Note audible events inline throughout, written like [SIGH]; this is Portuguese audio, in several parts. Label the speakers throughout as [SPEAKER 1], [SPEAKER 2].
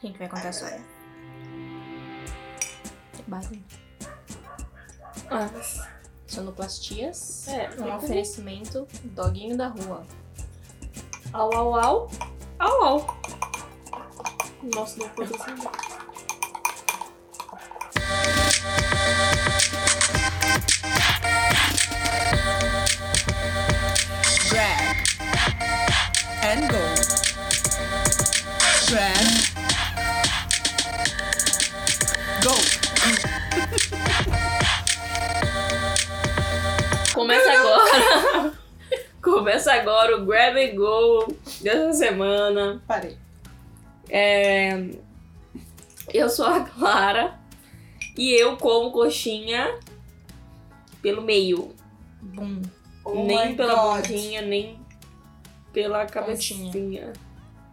[SPEAKER 1] Quem que vai contar a história? Barulho.
[SPEAKER 2] Ah,
[SPEAKER 1] Sonoplastias.
[SPEAKER 2] É,
[SPEAKER 1] Um
[SPEAKER 2] eu-
[SPEAKER 1] oferecimento doguinho da rua.
[SPEAKER 2] au, au, au. Au, au. Nossa, não pode ser.
[SPEAKER 3] Grab and go. Grab. Go.
[SPEAKER 2] Começa agora. [LAUGHS] Começa agora o Grab and Go dessa semana.
[SPEAKER 3] Parei.
[SPEAKER 2] É, Eu sou a Clara e eu como coxinha pelo meio.
[SPEAKER 1] Bum.
[SPEAKER 3] Oh
[SPEAKER 2] nem
[SPEAKER 3] my
[SPEAKER 2] pela
[SPEAKER 3] God.
[SPEAKER 2] bundinha, nem pela cabecinha.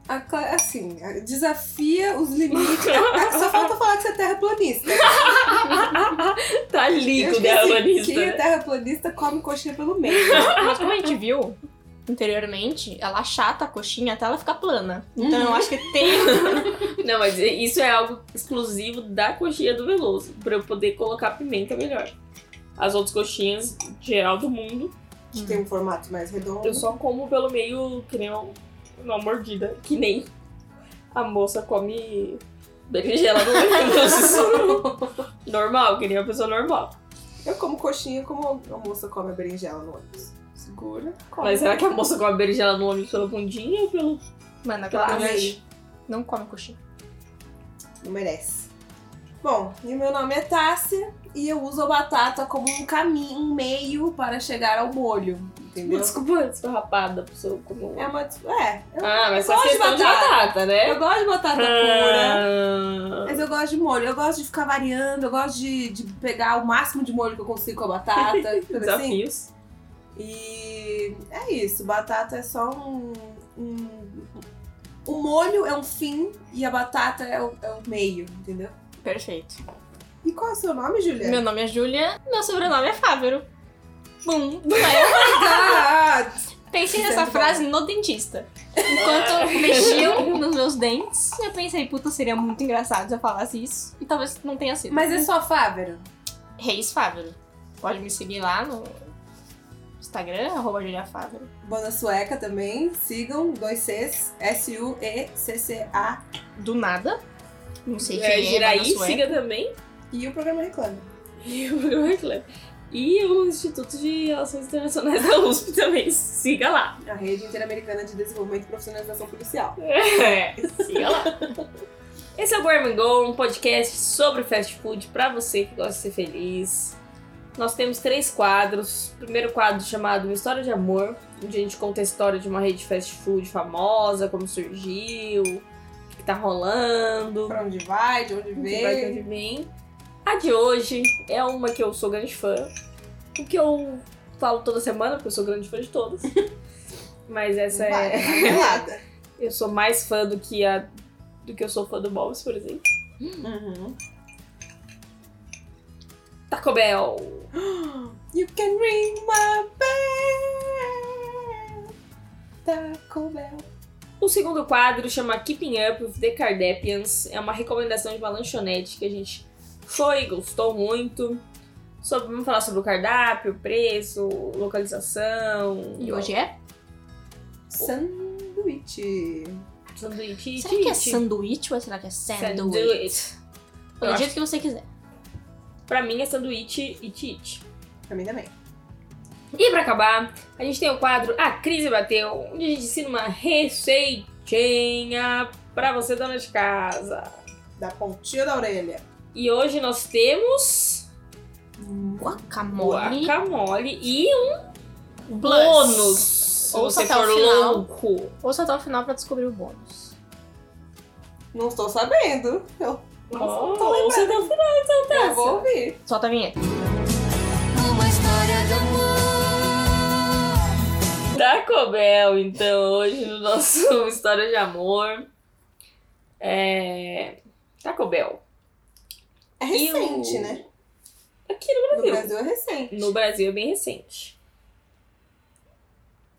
[SPEAKER 3] A Cla- Assim, desafia os limites. [LAUGHS] Só falta falar que você é
[SPEAKER 2] [LAUGHS]
[SPEAKER 3] terraplanista.
[SPEAKER 2] tá
[SPEAKER 3] Eu
[SPEAKER 2] líquido,
[SPEAKER 3] esqueci Que
[SPEAKER 2] urbanista.
[SPEAKER 3] terraplanista come coxinha pelo meio.
[SPEAKER 1] Mas como a gente viu anteriormente, ela achata a coxinha até ela ficar plana.
[SPEAKER 3] Uhum.
[SPEAKER 1] Então eu acho que tem.
[SPEAKER 2] Não, mas isso é algo exclusivo da coxinha do Veloso, pra eu poder colocar pimenta melhor. As outras coxinhas, geral do mundo,
[SPEAKER 3] Que tem um formato mais redondo.
[SPEAKER 2] eu só como pelo meio que nem uma, uma mordida, que nem a moça come berinjela no ônibus. normal, que nem uma pessoa normal.
[SPEAKER 3] Eu como coxinha como a moça come a berinjela no ônibus. Segura, come.
[SPEAKER 2] Mas será que a moça come berinjela no ônibus pela bundinha ou pelo...
[SPEAKER 1] Mano, aquela
[SPEAKER 2] Claro.
[SPEAKER 1] mulher não come coxinha.
[SPEAKER 2] é-
[SPEAKER 3] Não merece. Bom, e meu nome é Tássia e eu uso a batata como um caminho, um meio para chegar ao molho. Entendeu?
[SPEAKER 2] Desculpa, esfarrapada, a pessoa come um
[SPEAKER 3] É uma. É, eu,
[SPEAKER 2] Ah, mas essa
[SPEAKER 3] Eu gosto de
[SPEAKER 2] questão de
[SPEAKER 3] batata.
[SPEAKER 2] batata, né?
[SPEAKER 3] eu gosto de batata pura.
[SPEAKER 2] Ah.
[SPEAKER 3] Mas eu gosto de molho, eu gosto de ficar variando, eu gosto de, de pegar o máximo de molho que eu consigo com a batata, sabe assim?
[SPEAKER 2] Desafios.
[SPEAKER 3] E é isso, batata é só um. um- o molho é um fim e a batata é o, é o meio, entendeu?
[SPEAKER 1] Perfeito.
[SPEAKER 3] E qual é o seu nome, Juliana? [LAUGHS]
[SPEAKER 1] Meu nome é Júlia, meu sobrenome é Fávero. Bum.
[SPEAKER 3] God!
[SPEAKER 1] Pensei nessa
[SPEAKER 3] Muito bom.
[SPEAKER 1] frase no dentista. Enquanto [LAUGHS] mexiam nos meus dentes, eu pensei, puta, seria muito engraçado se eu falasse isso. E talvez não tenha sido.
[SPEAKER 3] Mas é só Fávero?
[SPEAKER 1] Reis Fávero. Pode me seguir lá no Instagram, arroba Julia Fávero.
[SPEAKER 3] Banda sueca também, sigam, dois Cs, S-U-E-C-C-A.
[SPEAKER 1] Do nada. Não sei
[SPEAKER 2] É,
[SPEAKER 1] quem é,
[SPEAKER 2] Giraí,
[SPEAKER 1] mas não sou eu.
[SPEAKER 2] siga também. [LAUGHS]
[SPEAKER 3] E o programa Reclama.
[SPEAKER 2] E o Bruno Reclame. E o Instituto de Relações Internacionais da USP [LAUGHS] também. Siga lá.
[SPEAKER 3] A Rede Interamericana de Desenvolvimento e Profissionalização Policial.
[SPEAKER 1] [LAUGHS]
[SPEAKER 2] É, siga lá. Esse é o Gourmet Go, um podcast sobre fast food pra você que gosta de ser feliz. Nós temos três quadros. O primeiro quadro chamado Uma História de Amor, onde a gente conta a história de uma rede de fast food famosa, como surgiu, o que tá rolando.
[SPEAKER 3] Pra onde vai, de onde
[SPEAKER 2] que vai ter
[SPEAKER 3] veio.
[SPEAKER 2] de mim. A de hoje é uma que eu sou grande fã. O que eu falo toda semana, porque eu sou grande fã de
[SPEAKER 1] [LAUGHS]
[SPEAKER 2] todas. Mas essa
[SPEAKER 3] Vai,
[SPEAKER 2] é.
[SPEAKER 3] vai, pelada.
[SPEAKER 2] Eu sou mais fã do que a. do que eu sou fã do Bob's, por exemplo.
[SPEAKER 3] Uhum.
[SPEAKER 2] Taco Bell!
[SPEAKER 3] You can ring my bell. Taco Bell.
[SPEAKER 2] O segundo quadro chama Keeping Up with the Kardashians. É uma recomendação de uma lanchonete que a gente foi e gostou muito. Sobre, vamos falar sobre o cardápio, preço, localização.
[SPEAKER 1] E hoje é?
[SPEAKER 3] Sanduíche.
[SPEAKER 2] sanduíche.
[SPEAKER 1] Será que é sanduíche ou será que é sanduíche?
[SPEAKER 2] Sanduíche. Eu
[SPEAKER 1] Do jeito que você quiser.
[SPEAKER 2] Pra mim é sanduíche e tite.
[SPEAKER 3] Pra mim também.
[SPEAKER 2] E pra acabar, a gente tem o quadro A Crise Bateu, onde a gente ensina uma receitinha pra você, dona de casa.
[SPEAKER 3] Da pontinha da orelha.
[SPEAKER 2] E hoje nós temos
[SPEAKER 1] Guacamole.
[SPEAKER 2] guacamole e um
[SPEAKER 1] Plus.
[SPEAKER 2] bônus. Se
[SPEAKER 1] Ouça
[SPEAKER 2] você
[SPEAKER 1] até o
[SPEAKER 2] for
[SPEAKER 1] final.
[SPEAKER 2] louco.
[SPEAKER 1] Ouça até o final pra descobrir o bônus.
[SPEAKER 3] Não estou sabendo. Eu, Nossa, não tô
[SPEAKER 2] Oh, ouça até o final.
[SPEAKER 3] eu vou ouvir.
[SPEAKER 1] Solta a vinheta.
[SPEAKER 2] Taco Bell, então, hoje no nosso [LAUGHS] História de Amor. É... Taco Bell.
[SPEAKER 3] É
[SPEAKER 2] E o-
[SPEAKER 3] recente, né?
[SPEAKER 2] Aqui no
[SPEAKER 3] No
[SPEAKER 2] Brasil.
[SPEAKER 3] Brasil é recente.
[SPEAKER 2] No Brasil é bem recente.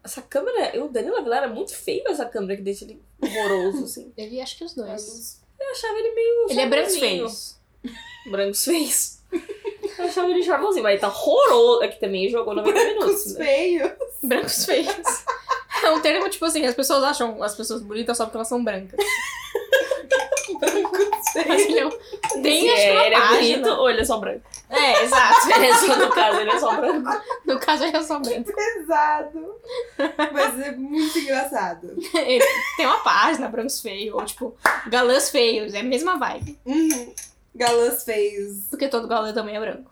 [SPEAKER 2] Essa câmera, o Danilo Avelar é muito feio essa câmera que deixa ele horroroso, assim.
[SPEAKER 1] Ele acho que os dois.
[SPEAKER 3] Mas-
[SPEAKER 2] É, eu achava ele meio.
[SPEAKER 1] Ele é branco
[SPEAKER 2] charmosinho.
[SPEAKER 1] feio.
[SPEAKER 2] Brancos feios. Eu achava ele charmosinho, mas ele tá horroroso. Aqui também ele jogou
[SPEAKER 3] [LAUGHS]
[SPEAKER 2] 90 minutos. Né?
[SPEAKER 3] Feio.
[SPEAKER 1] Brancos feios. É um termo, tipo assim, as pessoas acham as pessoas bonitas só porque elas são brancas. Mas ele é um... Tem,
[SPEAKER 2] Se
[SPEAKER 1] acho que
[SPEAKER 2] é,
[SPEAKER 1] uma
[SPEAKER 2] ele é
[SPEAKER 1] página.
[SPEAKER 2] bonito ou ele é só branco?
[SPEAKER 1] [LAUGHS]
[SPEAKER 2] [LAUGHS]
[SPEAKER 1] É, exato.
[SPEAKER 2] Ele é só, no caso, ele é só branco.
[SPEAKER 1] No caso, ele é só branco.
[SPEAKER 3] Pesado. Mas é muito engraçado.
[SPEAKER 1] Ele tem uma página, brancos feios, ou tipo, galãs feios. É a mesma vibe.
[SPEAKER 3] Uhum. Galãs feios.
[SPEAKER 1] Porque todo galã também é branco.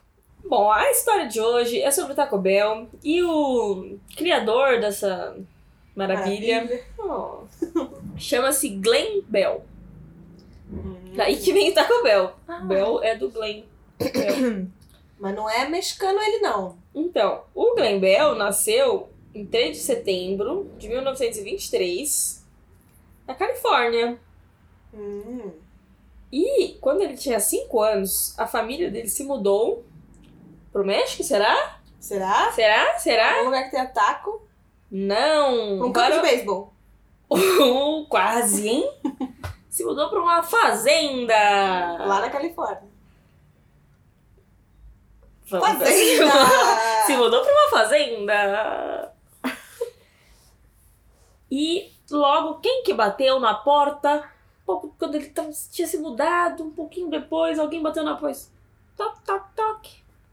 [SPEAKER 2] Bom, a história de hoje é sobre o Taco Bell e o criador dessa maravilha, Oh. chama-se Glenn Bell. Daí que vem o Taco Bell.
[SPEAKER 3] Ah.
[SPEAKER 2] Bell é do Glenn. Bell.
[SPEAKER 3] Mas não é mexicano ele, não.
[SPEAKER 2] Então, o Glenn Bell nasceu em 3 de setembro de 1923 na Califórnia.
[SPEAKER 3] Hum.
[SPEAKER 2] E quando ele tinha 5 anos, a família dele se mudou pro México, será?
[SPEAKER 3] Será?
[SPEAKER 2] Será? Será?
[SPEAKER 3] Um lugar que tem ataco?
[SPEAKER 2] Não!
[SPEAKER 3] Um campo
[SPEAKER 2] para-
[SPEAKER 3] de beisebol.
[SPEAKER 2] [LAUGHS] Uh, quase, hein? Se mudou pra uma fazenda.
[SPEAKER 3] Lá na Califórnia.
[SPEAKER 2] Vamos pra [LAUGHS] cima. Se
[SPEAKER 3] Fazenda!
[SPEAKER 2] mudou pra uma fazenda. E logo, quem que bateu na porta? Um Pouco quando ele tava- tinha se mudado, um pouquinho depois, alguém bateu na porta. Toc, toc, toc.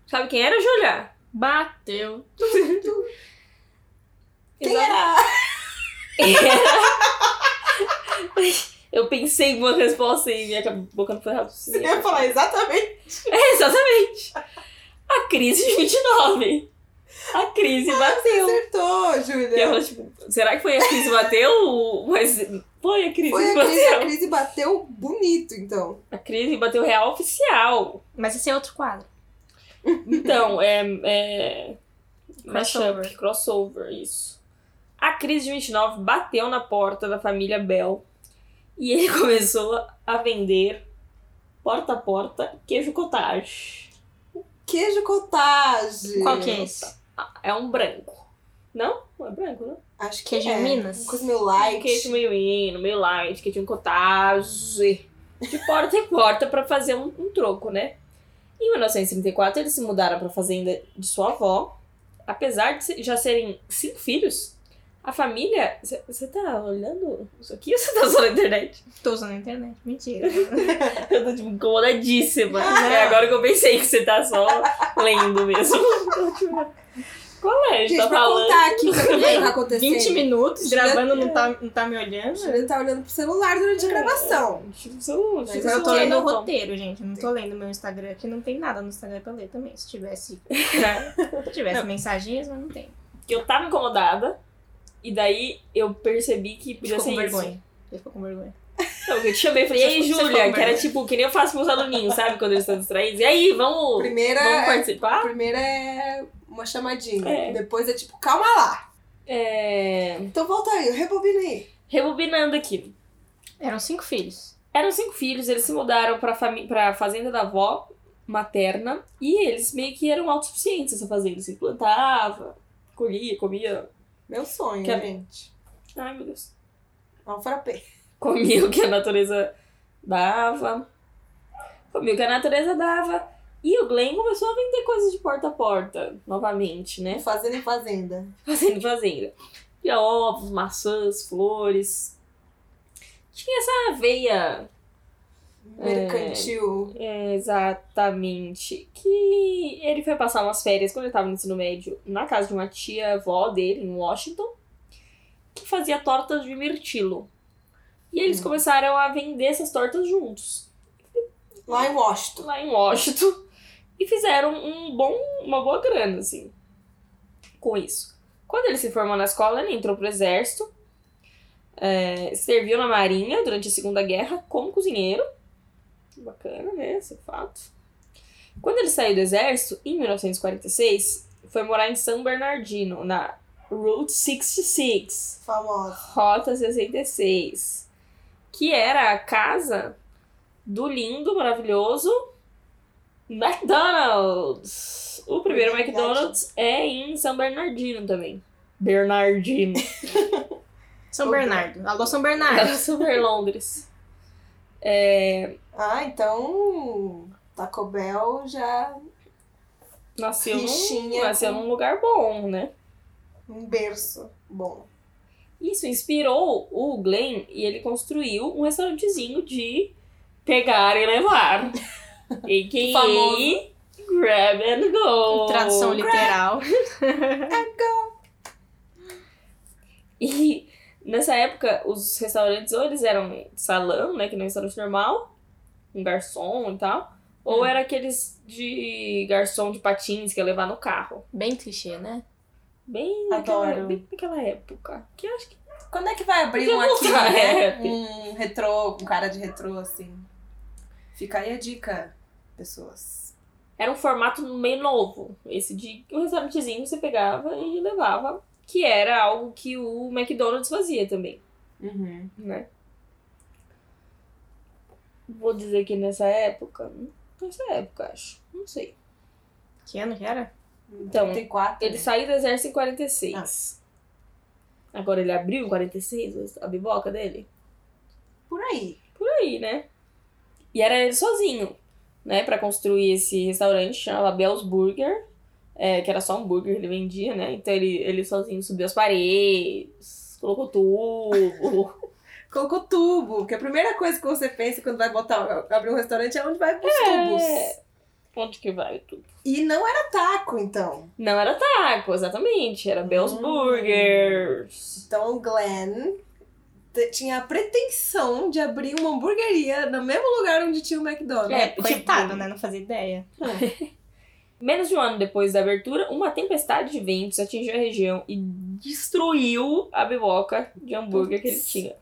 [SPEAKER 2] Sabe quem era, Júlia?
[SPEAKER 1] Bateu.
[SPEAKER 3] Quem era?
[SPEAKER 2] [LAUGHS] Eu pensei em uma resposta e minha boca não foi
[SPEAKER 3] Você
[SPEAKER 2] rápida.
[SPEAKER 3] ia falar exatamente.
[SPEAKER 2] É, [LAUGHS] exatamente. A crise de 29. A crise
[SPEAKER 3] Você
[SPEAKER 2] bateu.
[SPEAKER 3] acertou,
[SPEAKER 2] E
[SPEAKER 3] Júlia.
[SPEAKER 2] ela, tipo, será que foi a crise bateu? ou- Mas foi a crise
[SPEAKER 3] Foi a
[SPEAKER 2] bateu.
[SPEAKER 3] crise, a crise bateu bonito, então.
[SPEAKER 2] A crise bateu real oficial.
[SPEAKER 1] Mas esse é outro quadro.
[SPEAKER 2] Então, é. é...
[SPEAKER 1] Crossover.
[SPEAKER 2] mashup, crossover, isso. A crise de 29 bateu na porta da família Bell e ele [LAUGHS] começou a vender porta a porta queijo cottage.
[SPEAKER 3] Queijo cottage.
[SPEAKER 1] Qual que é esse?
[SPEAKER 2] É um branco. Não? Não é branco, não? Um
[SPEAKER 3] Acho que
[SPEAKER 1] Queijo
[SPEAKER 3] é.
[SPEAKER 1] Minas?
[SPEAKER 3] Com os meus light.
[SPEAKER 2] Queijo meio hino, meio light, que tinha um cottage. De porta em porta pra fazer um, um troco, né? Em 1934, eles se mudaram pra fazenda de sua avó. Apesar de se- já serem cinco filhos, a família. Você tá olhando isso aqui ou você tá só na internet?
[SPEAKER 1] Tô usando a internet. Mentira.
[SPEAKER 2] Eu tô
[SPEAKER 1] [LAUGHS]
[SPEAKER 2] tipo, incomodadíssima. É agora que eu pensei que você tá só
[SPEAKER 1] [LAUGHS]
[SPEAKER 2] lendo mesmo. Eu tô, tipo, Qual é? A gente
[SPEAKER 3] Gente,
[SPEAKER 2] tá
[SPEAKER 3] pra
[SPEAKER 2] falando.
[SPEAKER 3] contar aqui o que tá acontecendo.
[SPEAKER 1] 20 minutos
[SPEAKER 3] Jura-
[SPEAKER 1] gravando, não tá, não tá me olhando?
[SPEAKER 3] Júlia tá olhando pro celular
[SPEAKER 2] É.
[SPEAKER 3] durante a gravação.
[SPEAKER 2] Tipo, você não-
[SPEAKER 3] Mas
[SPEAKER 2] tipo,
[SPEAKER 1] Mas eu tô
[SPEAKER 2] você
[SPEAKER 1] lendo o
[SPEAKER 2] não-
[SPEAKER 1] roteiro, gente. Não tô lendo meu Instagram, que não tem nada no Instagram pra ler também. Se [LAUGHS] tivesse, se tivesse mensagens, mas não tem.
[SPEAKER 2] que eu tava incomodada. E daí eu percebi que podia
[SPEAKER 1] Ficou
[SPEAKER 2] ser
[SPEAKER 1] com
[SPEAKER 2] isso.
[SPEAKER 1] vergonha. Ele ficou com vergonha.
[SPEAKER 2] Então, eu te chamei e falei,
[SPEAKER 1] Você
[SPEAKER 2] e aí,
[SPEAKER 1] ficou- você
[SPEAKER 2] Júlia?
[SPEAKER 1] ficou
[SPEAKER 2] Que era
[SPEAKER 1] com
[SPEAKER 2] tipo, que nem eu faço com os aluninhos, sabe? Quando eles estão distraídos. E aí, vamos,
[SPEAKER 3] Primeira
[SPEAKER 2] vamos
[SPEAKER 3] é,
[SPEAKER 2] participar?
[SPEAKER 3] primeira é uma chamadinha.
[SPEAKER 2] É.
[SPEAKER 3] Depois é tipo, calma lá.
[SPEAKER 2] É,
[SPEAKER 3] Então volta aí, rebobina aí.
[SPEAKER 2] Rebobinando aqui.
[SPEAKER 1] Eram cinco filhos.
[SPEAKER 2] Eram cinco filhos, eles se mudaram pra, fami- pra fazenda da avó materna. E eles meio que eram autossuficientes, essa fazenda. Se plantava, colhia, comia.
[SPEAKER 3] Meu sonho,
[SPEAKER 2] Quer-
[SPEAKER 3] gente.
[SPEAKER 2] Ai, meu Deus.
[SPEAKER 3] É um frappé.
[SPEAKER 2] comia o que a natureza dava, comia o que a natureza dava. E o Glenn começou a vender coisas de porta a porta, novamente, né?
[SPEAKER 3] Fazenda em fazenda.
[SPEAKER 2] Fazendo [LAUGHS] fazenda. Tinha ovos, maçãs, flores. Tinha essa veia,
[SPEAKER 3] Mercantil.
[SPEAKER 2] é, exatamente, que ele foi passar umas férias quando ele tava no ensino médio na casa de uma tia avó dele, em Washington, que fazia tortas de mirtilo. E eles
[SPEAKER 3] Hum.
[SPEAKER 2] começaram a vender essas tortas juntos.
[SPEAKER 3] Lá em Washington.
[SPEAKER 2] lá em Washington e fizeram um bom, uma boa grana, assim, com isso. Quando ele se formou na escola, ele entrou pro exército, eh, serviu na marinha durante a Segunda Guerra como cozinheiro. Bacana, né? Esse fato. Quando ele saiu do exército, em 1946, foi morar em São Bernardino, na Route 66.
[SPEAKER 3] Famosa.
[SPEAKER 2] Rota 66, que era a casa do lindo, maravilhoso McDonald's. O primeiro
[SPEAKER 3] Verdade.
[SPEAKER 2] McDonald's é em São Bernardino também. Bernardino. [LAUGHS]
[SPEAKER 1] São
[SPEAKER 3] Ô,
[SPEAKER 1] Bernardo. Alô, São Bernardo.
[SPEAKER 2] Era super Ah, Londres.
[SPEAKER 3] Ah, então. Taco Bell já. é
[SPEAKER 2] Nasceu, num,
[SPEAKER 3] Fichinha
[SPEAKER 2] nasceu
[SPEAKER 3] com-
[SPEAKER 2] num lugar bom, né?
[SPEAKER 3] Um berço. Bom.
[SPEAKER 2] Isso inspirou o Glenn e ele construiu um restaurantezinho de pegar e levar.
[SPEAKER 1] Famoso.
[SPEAKER 2] A.K.A. Grab and Go.
[SPEAKER 1] Tradução literal.
[SPEAKER 2] E [LAUGHS] nessa época, os restaurantes ou eles eram salão, né? Que não é restaurante normal, um garçom e tal. Ou
[SPEAKER 1] Hum.
[SPEAKER 2] era aqueles de garçom de patins que ia levar no carro.
[SPEAKER 1] Bem clichê, né?
[SPEAKER 2] Bem naquela,
[SPEAKER 3] Adoro.
[SPEAKER 2] bem naquela época. Que eu acho que.
[SPEAKER 3] Quando é que vai abrir
[SPEAKER 2] Podia
[SPEAKER 3] um aqui,
[SPEAKER 2] voltar,
[SPEAKER 3] né?
[SPEAKER 2] é.
[SPEAKER 3] Um retrô, um cara de retrô, assim. Fica aí a dica, pessoas.
[SPEAKER 2] Era um formato meio novo. Esse de um restaurantezinho que você pegava e levava. Que era algo que o McDonald's fazia também,
[SPEAKER 3] Uhum.
[SPEAKER 2] né? Vou dizer que nessa época. Nessa época, acho. Não sei.
[SPEAKER 1] Que ano que era?
[SPEAKER 2] Então,
[SPEAKER 3] 34.
[SPEAKER 2] Ele saiu do exército em
[SPEAKER 3] Ah,
[SPEAKER 2] 46. Agora ele abriu em 46 a biboca dele?
[SPEAKER 3] Por aí.
[SPEAKER 2] Por aí, né? E era ele sozinho, né? Pra construir esse restaurante, chamava Bell's Burger. é, que era só um burger que ele vendia, né? Então ele, ele sozinho subiu as paredes, colocou tubo.
[SPEAKER 3] Colocou tubo, porque a primeira coisa que você pensa quando vai botar, abrir um restaurante é onde vai pros tubos.
[SPEAKER 2] [LAUGHS] Onde que vai o tubo?
[SPEAKER 3] E não era taco, então.
[SPEAKER 2] Não era taco, exatamente. Era Bell's
[SPEAKER 3] Hum.
[SPEAKER 2] Burgers.
[SPEAKER 3] Então o Glenn te- tinha a pretensão de abrir uma hamburgueria no mesmo lugar onde tinha o
[SPEAKER 2] É,
[SPEAKER 3] McDonald's.
[SPEAKER 2] tipo-
[SPEAKER 1] Coitado, né? Não fazia ideia.
[SPEAKER 2] Menos de um ano depois da abertura, uma tempestade de ventos atingiu a região e destruiu a biboca de hambúrguer que ele
[SPEAKER 1] Putz.
[SPEAKER 2] tinha.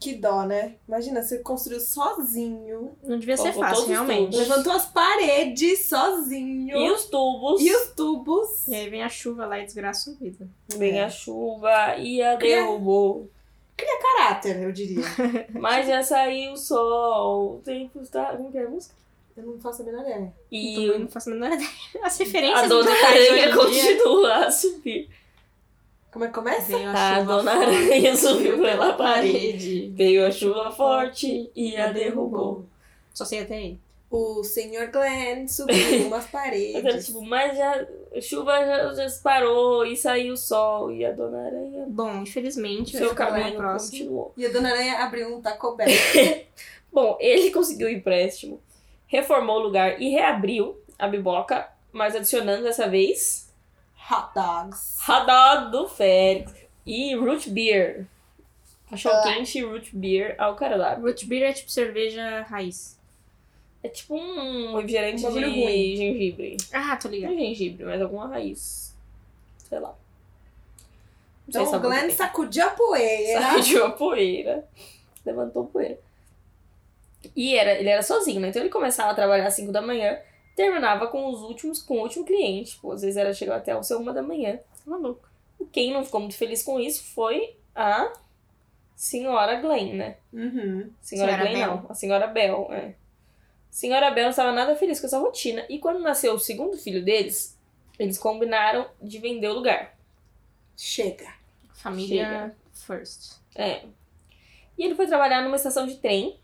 [SPEAKER 3] Que dó, né? Imagina, você construiu sozinho,
[SPEAKER 1] Não devia ser
[SPEAKER 2] Colocou todos
[SPEAKER 1] fácil,
[SPEAKER 2] os
[SPEAKER 1] realmente.
[SPEAKER 2] tubos.
[SPEAKER 3] levantou as paredes sozinho
[SPEAKER 2] E os tubos,
[SPEAKER 3] e os tubos.
[SPEAKER 1] E aí vem a chuva lá e desgraça a vida.
[SPEAKER 2] vem a chuva e a
[SPEAKER 3] É. Cria-
[SPEAKER 2] derrubou.
[SPEAKER 3] Caráter, eu diria.
[SPEAKER 2] Mas já saiu o sol, o tempo está... Como que é a música?
[SPEAKER 3] Eu não faço a menor ideia.
[SPEAKER 2] E
[SPEAKER 1] Então, Eu não faço a menor ideia. [LAUGHS] As referências
[SPEAKER 2] a Dona
[SPEAKER 1] musicais hoje em
[SPEAKER 2] Aranha
[SPEAKER 1] dia.
[SPEAKER 2] continua a subir.
[SPEAKER 3] Como é que começa?
[SPEAKER 1] Veio a chuva
[SPEAKER 2] A Ah, Dona
[SPEAKER 1] forte,
[SPEAKER 2] Aranha [LAUGHS] subiu pela parede.
[SPEAKER 1] parede.
[SPEAKER 2] Veio a chuva forte e a derrubou.
[SPEAKER 1] Só sei até aí.
[SPEAKER 3] O senhor
[SPEAKER 1] [LAUGHS]
[SPEAKER 3] Glenn subiu umas
[SPEAKER 2] Mas era
[SPEAKER 3] paredes.
[SPEAKER 2] tipo, mas já, a chuva já, já se parou e saiu o sol e a Dona Aranha
[SPEAKER 1] Bom, infelizmente, eu
[SPEAKER 2] Seu
[SPEAKER 1] acho que vai
[SPEAKER 2] caminho
[SPEAKER 1] próximo.
[SPEAKER 2] continuou.
[SPEAKER 3] E a Dona Aranha abriu um Taco Bell.
[SPEAKER 2] Bom, ele conseguiu o empréstimo, reformou o lugar e reabriu a biboca, mas adicionando dessa vez
[SPEAKER 3] Hot dogs.
[SPEAKER 2] radar do Félix e root beer. Achou
[SPEAKER 3] Ah.
[SPEAKER 2] quente e root beer ao cardápio.
[SPEAKER 1] Root beer é tipo cerveja raiz.
[SPEAKER 2] É tipo um refrigerante
[SPEAKER 3] Um
[SPEAKER 2] de
[SPEAKER 3] bagulho ruim.
[SPEAKER 2] gengibre.
[SPEAKER 1] Ah, tô
[SPEAKER 2] Não
[SPEAKER 1] ligado.
[SPEAKER 2] é gengibre, mas alguma raiz. Sei lá. Não sei
[SPEAKER 3] Então
[SPEAKER 2] se
[SPEAKER 3] o
[SPEAKER 2] algum
[SPEAKER 3] Glenn
[SPEAKER 2] tem.
[SPEAKER 1] é
[SPEAKER 3] sacudiu a poeira.
[SPEAKER 2] Sacudiu a poeira. Levantou a poeira. E era, ele era sozinho, né? Então ele começava a trabalhar às 5 da manhã, terminava com os últimos, com o último cliente. Pô, às vezes era chegou até o seu 1 da manhã.
[SPEAKER 1] Maluco.
[SPEAKER 2] Quem não ficou muito feliz com isso foi a senhora Glenn, né?
[SPEAKER 3] Uhum.
[SPEAKER 2] Senhora,
[SPEAKER 1] Senhora
[SPEAKER 2] Glenn,
[SPEAKER 1] Bell.
[SPEAKER 2] não. A senhora Bell, é. Senhora Bell não estava nada feliz com essa rotina. E quando nasceu o segundo filho deles, eles combinaram de vender o lugar.
[SPEAKER 3] Chega.
[SPEAKER 1] Família first.
[SPEAKER 2] É. E ele foi trabalhar numa estação de trem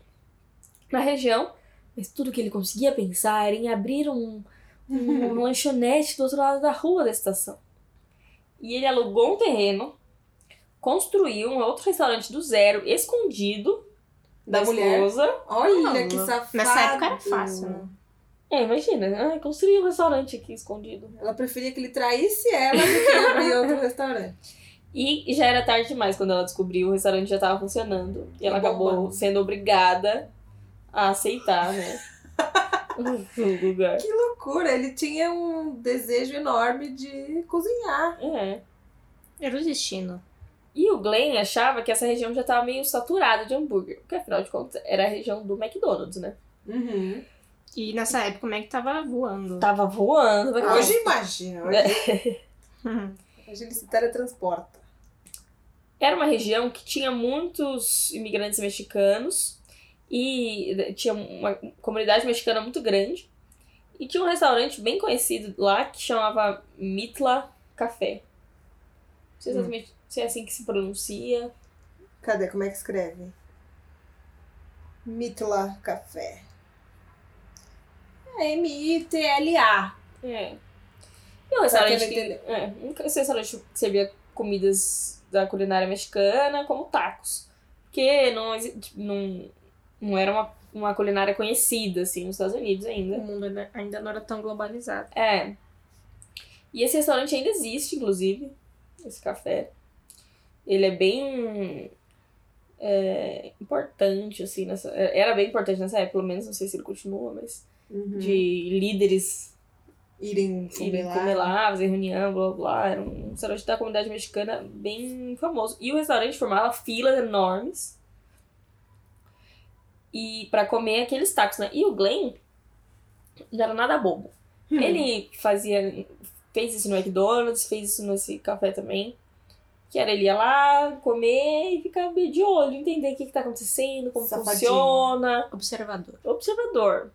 [SPEAKER 2] na região, mas tudo que ele conseguia pensar era em abrir um,
[SPEAKER 3] Uhum.
[SPEAKER 1] Uhum.
[SPEAKER 2] um lanchonete do outro lado da rua da estação. E ele alugou um terreno, construiu um outro restaurante do zero, escondido
[SPEAKER 3] Da mulher.
[SPEAKER 2] esposa.
[SPEAKER 3] Olha que
[SPEAKER 1] Não,
[SPEAKER 3] safado.
[SPEAKER 1] Nessa época era fácil, né?
[SPEAKER 2] É, imagina, né? construiu um restaurante aqui escondido.
[SPEAKER 3] Ela preferia que ele traísse ela do que
[SPEAKER 1] [LAUGHS]
[SPEAKER 3] abrir outro restaurante.
[SPEAKER 2] E já era tarde demais quando ela descobriu, o restaurante já estava funcionando. E ela
[SPEAKER 3] Bomba.
[SPEAKER 2] acabou sendo obrigada a aceitar, né? o lugar.
[SPEAKER 3] Que loucura, ele tinha um desejo enorme de cozinhar.
[SPEAKER 2] É.
[SPEAKER 1] Era o destino.
[SPEAKER 2] E o Glenn achava que essa região já tava meio saturada de hambúrguer, porque afinal de contas era a região do McDonald's, né?
[SPEAKER 3] Uhum.
[SPEAKER 1] E nessa época o Mac tava voando.
[SPEAKER 2] Tava voando. Tava
[SPEAKER 3] Hoje imagina. Hoje,
[SPEAKER 1] Hum.
[SPEAKER 3] hoje ele se teletransporta.
[SPEAKER 2] Era uma região que tinha muitos imigrantes mexicanos e eh, tinha uma comunidade mexicana muito grande. E tinha um restaurante bem conhecido lá que chamava Mitla Café. Não sei
[SPEAKER 1] Hum.
[SPEAKER 2] exatamente se é assim que se pronuncia.
[SPEAKER 3] Cadê? Como é que escreve? Mitla Café. É M-I-T-L-A.
[SPEAKER 2] É. E um
[SPEAKER 3] Pra quem
[SPEAKER 2] restaurante
[SPEAKER 3] não
[SPEAKER 2] que,
[SPEAKER 3] entendeu.
[SPEAKER 2] é, um restaurante que servia comidas da culinária mexicana, como tacos. Porque não, exi- tipo, não, não era uma, uma culinária conhecida, assim, nos Estados Unidos
[SPEAKER 1] O
[SPEAKER 2] ainda.
[SPEAKER 1] mundo ainda- ainda não era tão globalizado.
[SPEAKER 2] É. E esse restaurante ainda existe, inclusive, esse café. Ele é bem é, importante, assim, nessa, era bem importante nessa época, pelo menos, não sei se ele continua, mas
[SPEAKER 1] Uhum.
[SPEAKER 3] De
[SPEAKER 2] de líderes
[SPEAKER 3] irem
[SPEAKER 2] comer
[SPEAKER 3] comer
[SPEAKER 2] lá.
[SPEAKER 3] lá.
[SPEAKER 2] comer lá, fazer reunião, blá blá, blá. Era um restaurante da comunidade mexicana bem famoso. E o restaurante formava filas enormes. E para comer aqueles tacos, né? E o Glenn não era nada bobo.
[SPEAKER 3] Hum.
[SPEAKER 2] Ele fazia. fez isso no McDonald's, fez isso nesse café também. Que era ele ia lá comer e ficar meio de olho, entender o que, que tá acontecendo, como
[SPEAKER 3] Safadinho.
[SPEAKER 2] funciona
[SPEAKER 1] Observador.
[SPEAKER 2] observador.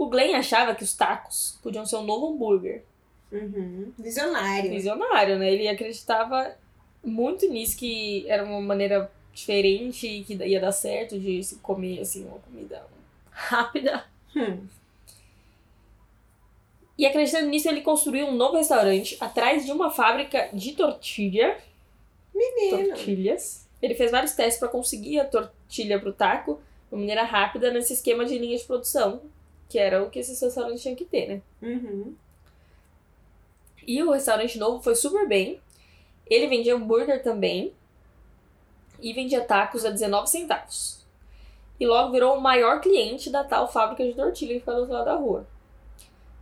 [SPEAKER 2] O Glenn achava que os tacos podiam ser um novo hambúrguer.
[SPEAKER 3] Uhum. Visionário.
[SPEAKER 2] Visionário, né? Ele acreditava muito nisso, que era uma maneira diferente e que ia dar certo de se comer, assim, uma comida rápida.
[SPEAKER 1] Uhum.
[SPEAKER 3] Hum.
[SPEAKER 2] E acreditando nisso, ele construiu um novo restaurante atrás de uma fábrica de tortilha.
[SPEAKER 3] Menino.
[SPEAKER 2] tortilhas. Ele fez vários testes para conseguir a tortilha pro taco de uma maneira rápida nesse esquema de linha de produção, que era o que esses restaurantes tinham que ter, né?
[SPEAKER 3] Uhum.
[SPEAKER 2] E o restaurante novo foi super bem. Ele vendia hambúrguer também. E vendia tacos a 19 centavos. E logo virou o maior cliente da tal fábrica de tortilha que fica do outro lado da rua.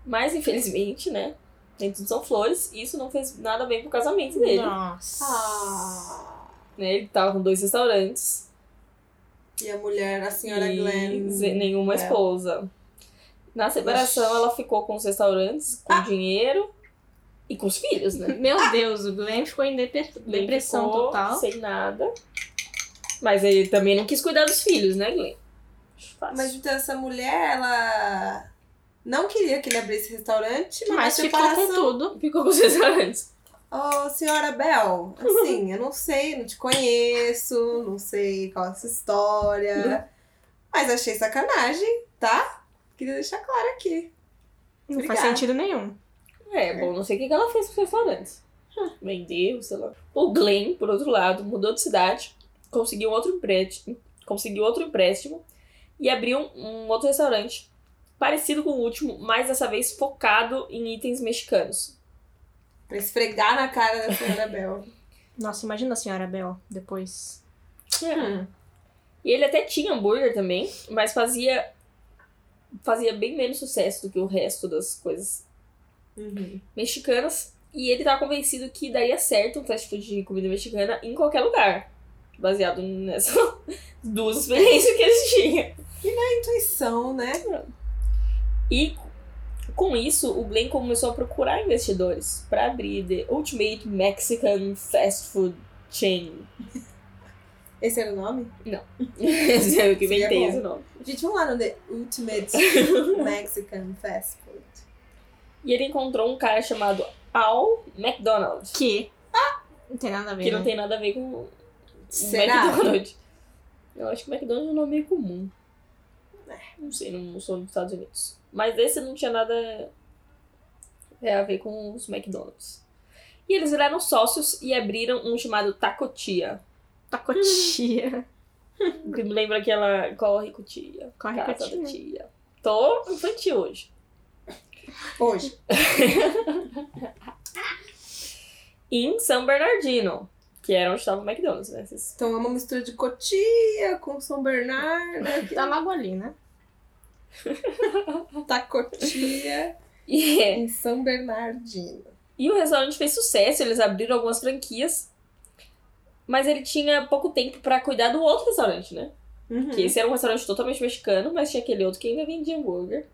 [SPEAKER 2] Mas, infelizmente, né? Dentro de São Flores, isso não fez nada bem pro casamento dele.
[SPEAKER 1] Nossa.
[SPEAKER 3] Ah.
[SPEAKER 2] Né? Ele tava com dois restaurantes.
[SPEAKER 3] E a mulher, a senhora
[SPEAKER 2] e
[SPEAKER 3] Glenn.
[SPEAKER 2] ze- nenhuma
[SPEAKER 3] É.
[SPEAKER 2] esposa. Na separação,
[SPEAKER 3] Ixi.
[SPEAKER 2] ela ficou com os restaurantes, com
[SPEAKER 3] Ah.
[SPEAKER 2] dinheiro e com os filhos, né?
[SPEAKER 1] Meu Deus, o Glenn ficou em depe-
[SPEAKER 2] Glenn
[SPEAKER 1] depressão
[SPEAKER 2] ficou
[SPEAKER 1] total.
[SPEAKER 2] Sem nada. Mas ele também não quis cuidar dos filhos, né, Glenn? Acho Fácil.
[SPEAKER 3] Mas então essa mulher, ela não queria que ele abrisse restaurante, mas,
[SPEAKER 1] Mas
[SPEAKER 3] na
[SPEAKER 1] ficou
[SPEAKER 3] separação.
[SPEAKER 1] com tudo.
[SPEAKER 2] Ficou com os [LAUGHS] restaurantes.
[SPEAKER 3] Ô, senhora Bel, assim, eu não sei, não te conheço, não sei qual é essa história, mas achei sacanagem, tá? Queria deixar claro aqui.
[SPEAKER 1] Não faz
[SPEAKER 3] Obrigada.
[SPEAKER 1] sentido nenhum.
[SPEAKER 2] É, bom, não sei o que que ela fez com os restaurantes. Vendeu, sei lá. O Glenn, por outro lado, mudou de cidade, conseguiu outro empréstimo, conseguiu outro empréstimo e abriu um, um outro restaurante parecido com o último, mas dessa vez focado em itens mexicanos.
[SPEAKER 3] Pra esfregar na cara da
[SPEAKER 2] [LAUGHS]
[SPEAKER 3] senhora Bel.
[SPEAKER 1] Nossa, imagina a senhora Bel depois.
[SPEAKER 3] Hum.
[SPEAKER 2] E ele até tinha hambúrguer também, mas fazia fazia bem menos sucesso do que o resto das coisas
[SPEAKER 3] Uhum.
[SPEAKER 2] mexicanas e ele tava convencido que daria certo um fast food de comida mexicana em qualquer lugar. Baseado nessas [LAUGHS] duas experiências que eles tinham.
[SPEAKER 3] Intuição, né?
[SPEAKER 2] E com isso, o Glenn começou a procurar investidores para abrir The Ultimate Mexican Fast Food Chain. [LAUGHS]
[SPEAKER 3] Esse era o nome?
[SPEAKER 2] Esse é o que
[SPEAKER 3] Seria
[SPEAKER 2] inventei
[SPEAKER 3] bom.
[SPEAKER 2] esse nome.
[SPEAKER 3] Gente, vamos lá no The Ultimate
[SPEAKER 2] [LAUGHS]
[SPEAKER 3] Mexican Fast Food.
[SPEAKER 2] E ele encontrou um cara chamado Al McDonald,
[SPEAKER 1] Que? Ah, Não tem nada a ver.
[SPEAKER 2] que não
[SPEAKER 1] né?
[SPEAKER 2] tem nada a ver com o
[SPEAKER 3] Será?
[SPEAKER 2] McDonald's. Eu acho que o McDonald's é um nome meio comum.
[SPEAKER 1] É.
[SPEAKER 2] Não sei, não sou dos Estados Unidos. Mas esse não tinha nada é, a ver com os McDonald's. E eles viraram sócios e abriram um chamado Tacotia.
[SPEAKER 1] Tá Tacotia.
[SPEAKER 2] Que me lembra aquela Corre com Tia.
[SPEAKER 1] Corre com a
[SPEAKER 2] Casa
[SPEAKER 1] tia.
[SPEAKER 2] da Tia. Tô infantil hoje.
[SPEAKER 3] Hoje.
[SPEAKER 2] Em São Bernardino, que era onde estava o McDonald's, né? Vocês [LAUGHS]
[SPEAKER 3] Então é uma mistura de cotia com São Bernardo,
[SPEAKER 1] Tá logo ali, né?
[SPEAKER 3] tacotia
[SPEAKER 2] E é.
[SPEAKER 3] tá em São Bernardino.
[SPEAKER 2] E o restaurante fez sucesso, eles abriram algumas franquias. Mas ele tinha pouco tempo pra cuidar do outro restaurante, né?
[SPEAKER 3] Uhum.
[SPEAKER 2] Que esse era um restaurante totalmente mexicano, mas tinha aquele outro que ainda vendia hambúrguer.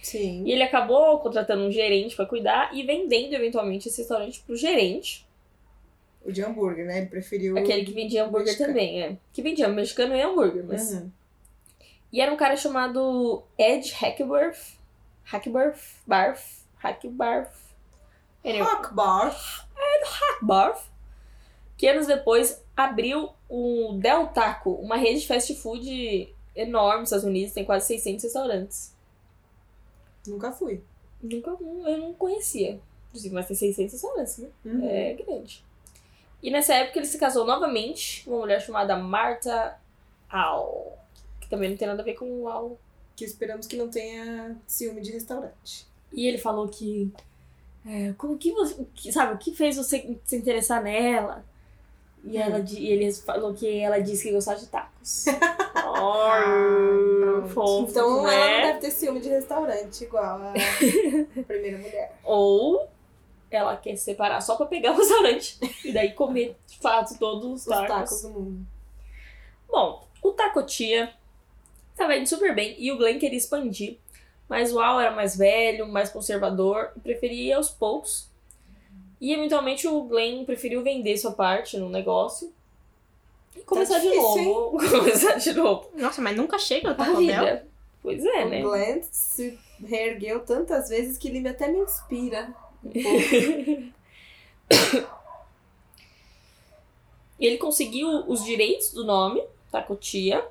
[SPEAKER 3] Sim.
[SPEAKER 2] E ele acabou contratando um gerente pra cuidar e vendendo eventualmente esse restaurante pro gerente,
[SPEAKER 3] O de hambúrguer, né? Ele preferiu.
[SPEAKER 2] aquele que vendia hambúrguer
[SPEAKER 3] Mexicano.
[SPEAKER 2] também, é. Que vendia mexicano e hambúrguer, mas
[SPEAKER 3] Uhum.
[SPEAKER 2] E era um cara chamado Ed Hackworth. Hackworth? Barf? Hackbarth? Anyway,
[SPEAKER 3] Rock Bar.
[SPEAKER 2] Hackbarth. Que anos depois abriu o Del Taco, uma rede de fast food enorme nos Estados Unidos, tem quase 600 restaurantes.
[SPEAKER 3] Nunca fui.
[SPEAKER 2] Nunca vi, eu não conhecia. Inclusive, mas tem 600 restaurantes, né?
[SPEAKER 3] Uhum.
[SPEAKER 2] É grande. E nessa época ele se casou novamente com uma mulher chamada Martha Al. Que também não tem nada a ver com o Al.
[SPEAKER 3] Que esperamos que não tenha ciúme de restaurante.
[SPEAKER 2] E ele falou que. É, como que você. o que- Sabe, o que fez você se interessar nela?
[SPEAKER 3] Hum.
[SPEAKER 2] E, ela, di- e ele falou que ela disse que gostava de
[SPEAKER 3] [LAUGHS]
[SPEAKER 2] tacos. oh,
[SPEAKER 1] pronto.
[SPEAKER 2] fofo,
[SPEAKER 3] Então
[SPEAKER 2] né?
[SPEAKER 3] ela não deve ter ciúme de restaurante, igual
[SPEAKER 2] [LAUGHS]
[SPEAKER 3] a primeira mulher.
[SPEAKER 2] Ou ela quer se separar só pra pegar o restaurante [LAUGHS] e daí comer de fato todos os
[SPEAKER 3] Os
[SPEAKER 2] tacos.
[SPEAKER 3] tacos do mundo.
[SPEAKER 2] Bom, o Tacotia tava indo super bem e o Glenn queria expandir, mas o Al era mais velho, mais conservador e preferia ir aos poucos. E eventualmente o Glenn preferiu vender sua parte no negócio e começar de
[SPEAKER 3] Tá difícil, Tá
[SPEAKER 2] novo. [LAUGHS] começar de novo.
[SPEAKER 1] Nossa, mas nunca chega tá o
[SPEAKER 2] A
[SPEAKER 1] Taco Bell.
[SPEAKER 2] vida. Pois é, né?
[SPEAKER 3] O Glenn se reergueu tantas vezes que ele até me
[SPEAKER 2] [LAUGHS]
[SPEAKER 3] inspira. um pouco.
[SPEAKER 2] E ele conseguiu os direitos do nome, tá, Tacotia,